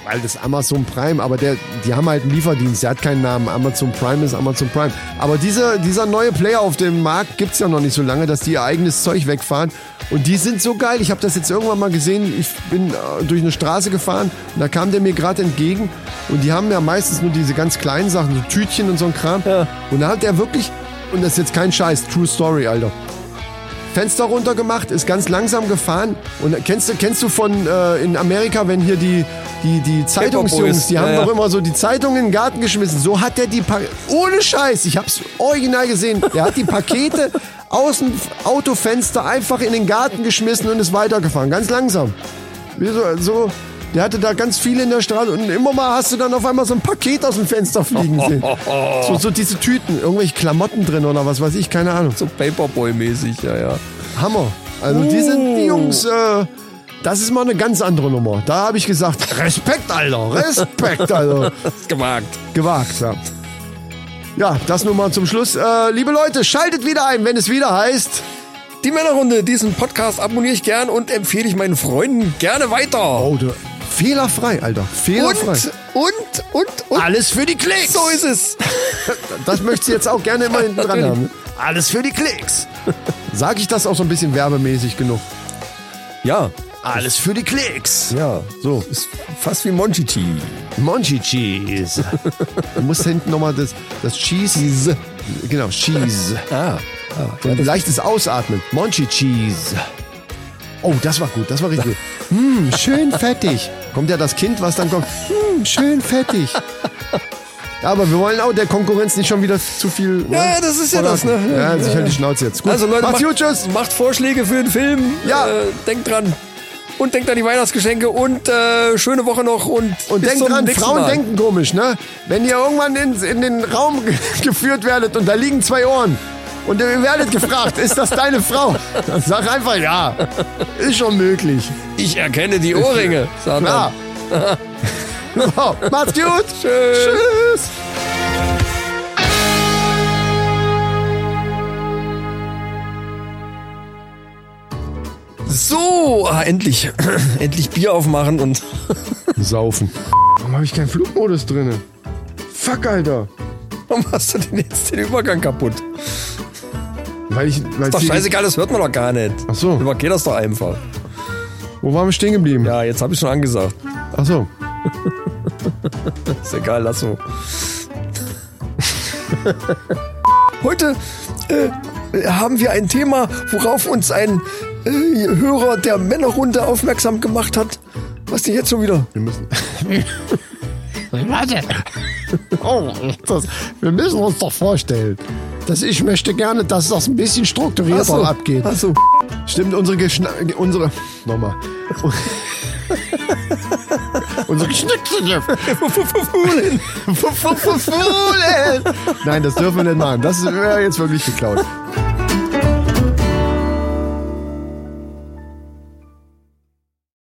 A: weil das Amazon Prime, aber der, die haben halt einen Lieferdienst, der hat keinen Namen. Amazon Prime ist Amazon Prime. Aber diese, dieser neue Player auf dem Markt gibt's ja noch nicht so lange, dass die ihr eigenes Zeug wegfahren. Und die sind so geil. Ich habe das jetzt irgendwann mal gesehen. Ich bin äh, durch eine Straße gefahren und da kam der mir gerade entgegen. Und die haben ja meistens nur diese ganz kleinen Sachen, so Tütchen und so ein Kram. Und da hat der wirklich, und das ist jetzt kein Scheiß, True Story, Alter. Fenster runtergemacht, ist ganz langsam gefahren. Und kennst du, kennst du von äh, in Amerika, wenn hier die, die, die Zeitungsjungs, die
B: ja,
A: haben
B: ja.
A: doch immer so die Zeitungen in den Garten geschmissen. So hat der die pa Ohne Scheiß, ich hab's original gesehen. Der hat die Pakete aus dem Autofenster einfach in den Garten geschmissen und ist weitergefahren. Ganz langsam. Wie so, so, der hatte da ganz viele in der Straße und immer mal hast du dann auf einmal so ein Paket aus dem Fenster fliegen sehen. So, so diese Tüten, irgendwelche Klamotten drin oder was weiß ich, keine Ahnung.
B: So Paperboy-mäßig, ja, ja.
A: Hammer. Also die sind die Jungs, äh, das ist mal eine ganz andere Nummer. Da habe ich gesagt, Respekt, Alter, Respekt, Alter.
B: Ist gewagt.
A: Gewagt, ja. Ja, das nur mal zum Schluss. Äh, liebe Leute, schaltet wieder ein, wenn es wieder heißt.
B: Die Männerrunde, diesen Podcast abonniere ich gern und empfehle ich meinen Freunden gerne weiter.
A: Oh, du, fehlerfrei, Alter.
B: und,
A: Fehlerfrei.
B: und, und, und.
A: Alles für die Klicks.
B: So ist es.
A: Das möchte ich jetzt auch gerne immer hinten dran haben. Alles für die Klicks. Sag ich das auch so ein bisschen werbemäßig genug?
B: Ja,
A: Alles für die Klicks.
B: ja. So. Ist fast wie Monchiti.
A: Monchi Cheese. du musst hinten nochmal das, das Cheese. Genau, Cheese.
B: Ah.
A: Und leichtes Ausatmen. Monchi Cheese. Oh, das war gut, das war richtig gut. Hm, schön fettig. Kommt ja das Kind, was dann kommt. Hm, schön fettig. Ja, aber wir wollen auch der Konkurrenz nicht schon wieder zu viel.
B: Ja, das ist ja das, ne?
A: Ja, sich halt die Schnauze jetzt. Gut.
B: Also Leute,
A: macht's gut,
B: macht,
A: tschüss.
B: macht Vorschläge für den Film.
A: Ja.
B: Äh, denkt dran. Und denkt an die Weihnachtsgeschenke und äh, schöne Woche noch und
A: Und
B: bis
A: denkt
B: zum
A: dran,
B: nächsten
A: Frauen
B: Mal.
A: denken komisch, ne? Wenn ihr irgendwann in, in den Raum ge geführt werdet und da liegen zwei Ohren und ihr werdet gefragt, ist das deine Frau? Dann sag einfach ja. Ist schon möglich.
B: Ich erkenne die Ohrringe. Sagt
A: Klar.
B: man.
A: wow. Macht's gut.
B: Tschüss.
A: Tschüss.
B: So, ah, endlich. endlich Bier aufmachen und
A: Saufen. Warum habe ich keinen Flugmodus drin? Fuck, Alter.
B: warum hast du denn jetzt den Übergang kaputt?
A: Weil ich. Weil
B: Doch scheißegal, das hört man doch gar nicht.
A: Ach so.
B: Über geht das doch einfach.
A: Wo waren wir stehen geblieben?
B: Ja, jetzt habe ich schon angesagt.
A: Ach so.
B: Ist egal, lass so. Heute äh, haben wir ein Thema, worauf uns ein äh, Hörer der Männerrunde aufmerksam gemacht hat. Was denn jetzt schon wieder?
A: Wir müssen. Warte. Oh, das, wir müssen uns doch vorstellen, dass ich möchte gerne, dass das ein bisschen strukturierter
B: Ach so,
A: abgeht.
B: ach so.
A: Stimmt, unsere Geschna unsere nochmal. unsere Schnickschnick. Nein, das dürfen wir nicht machen. Das wäre jetzt wirklich geklaut.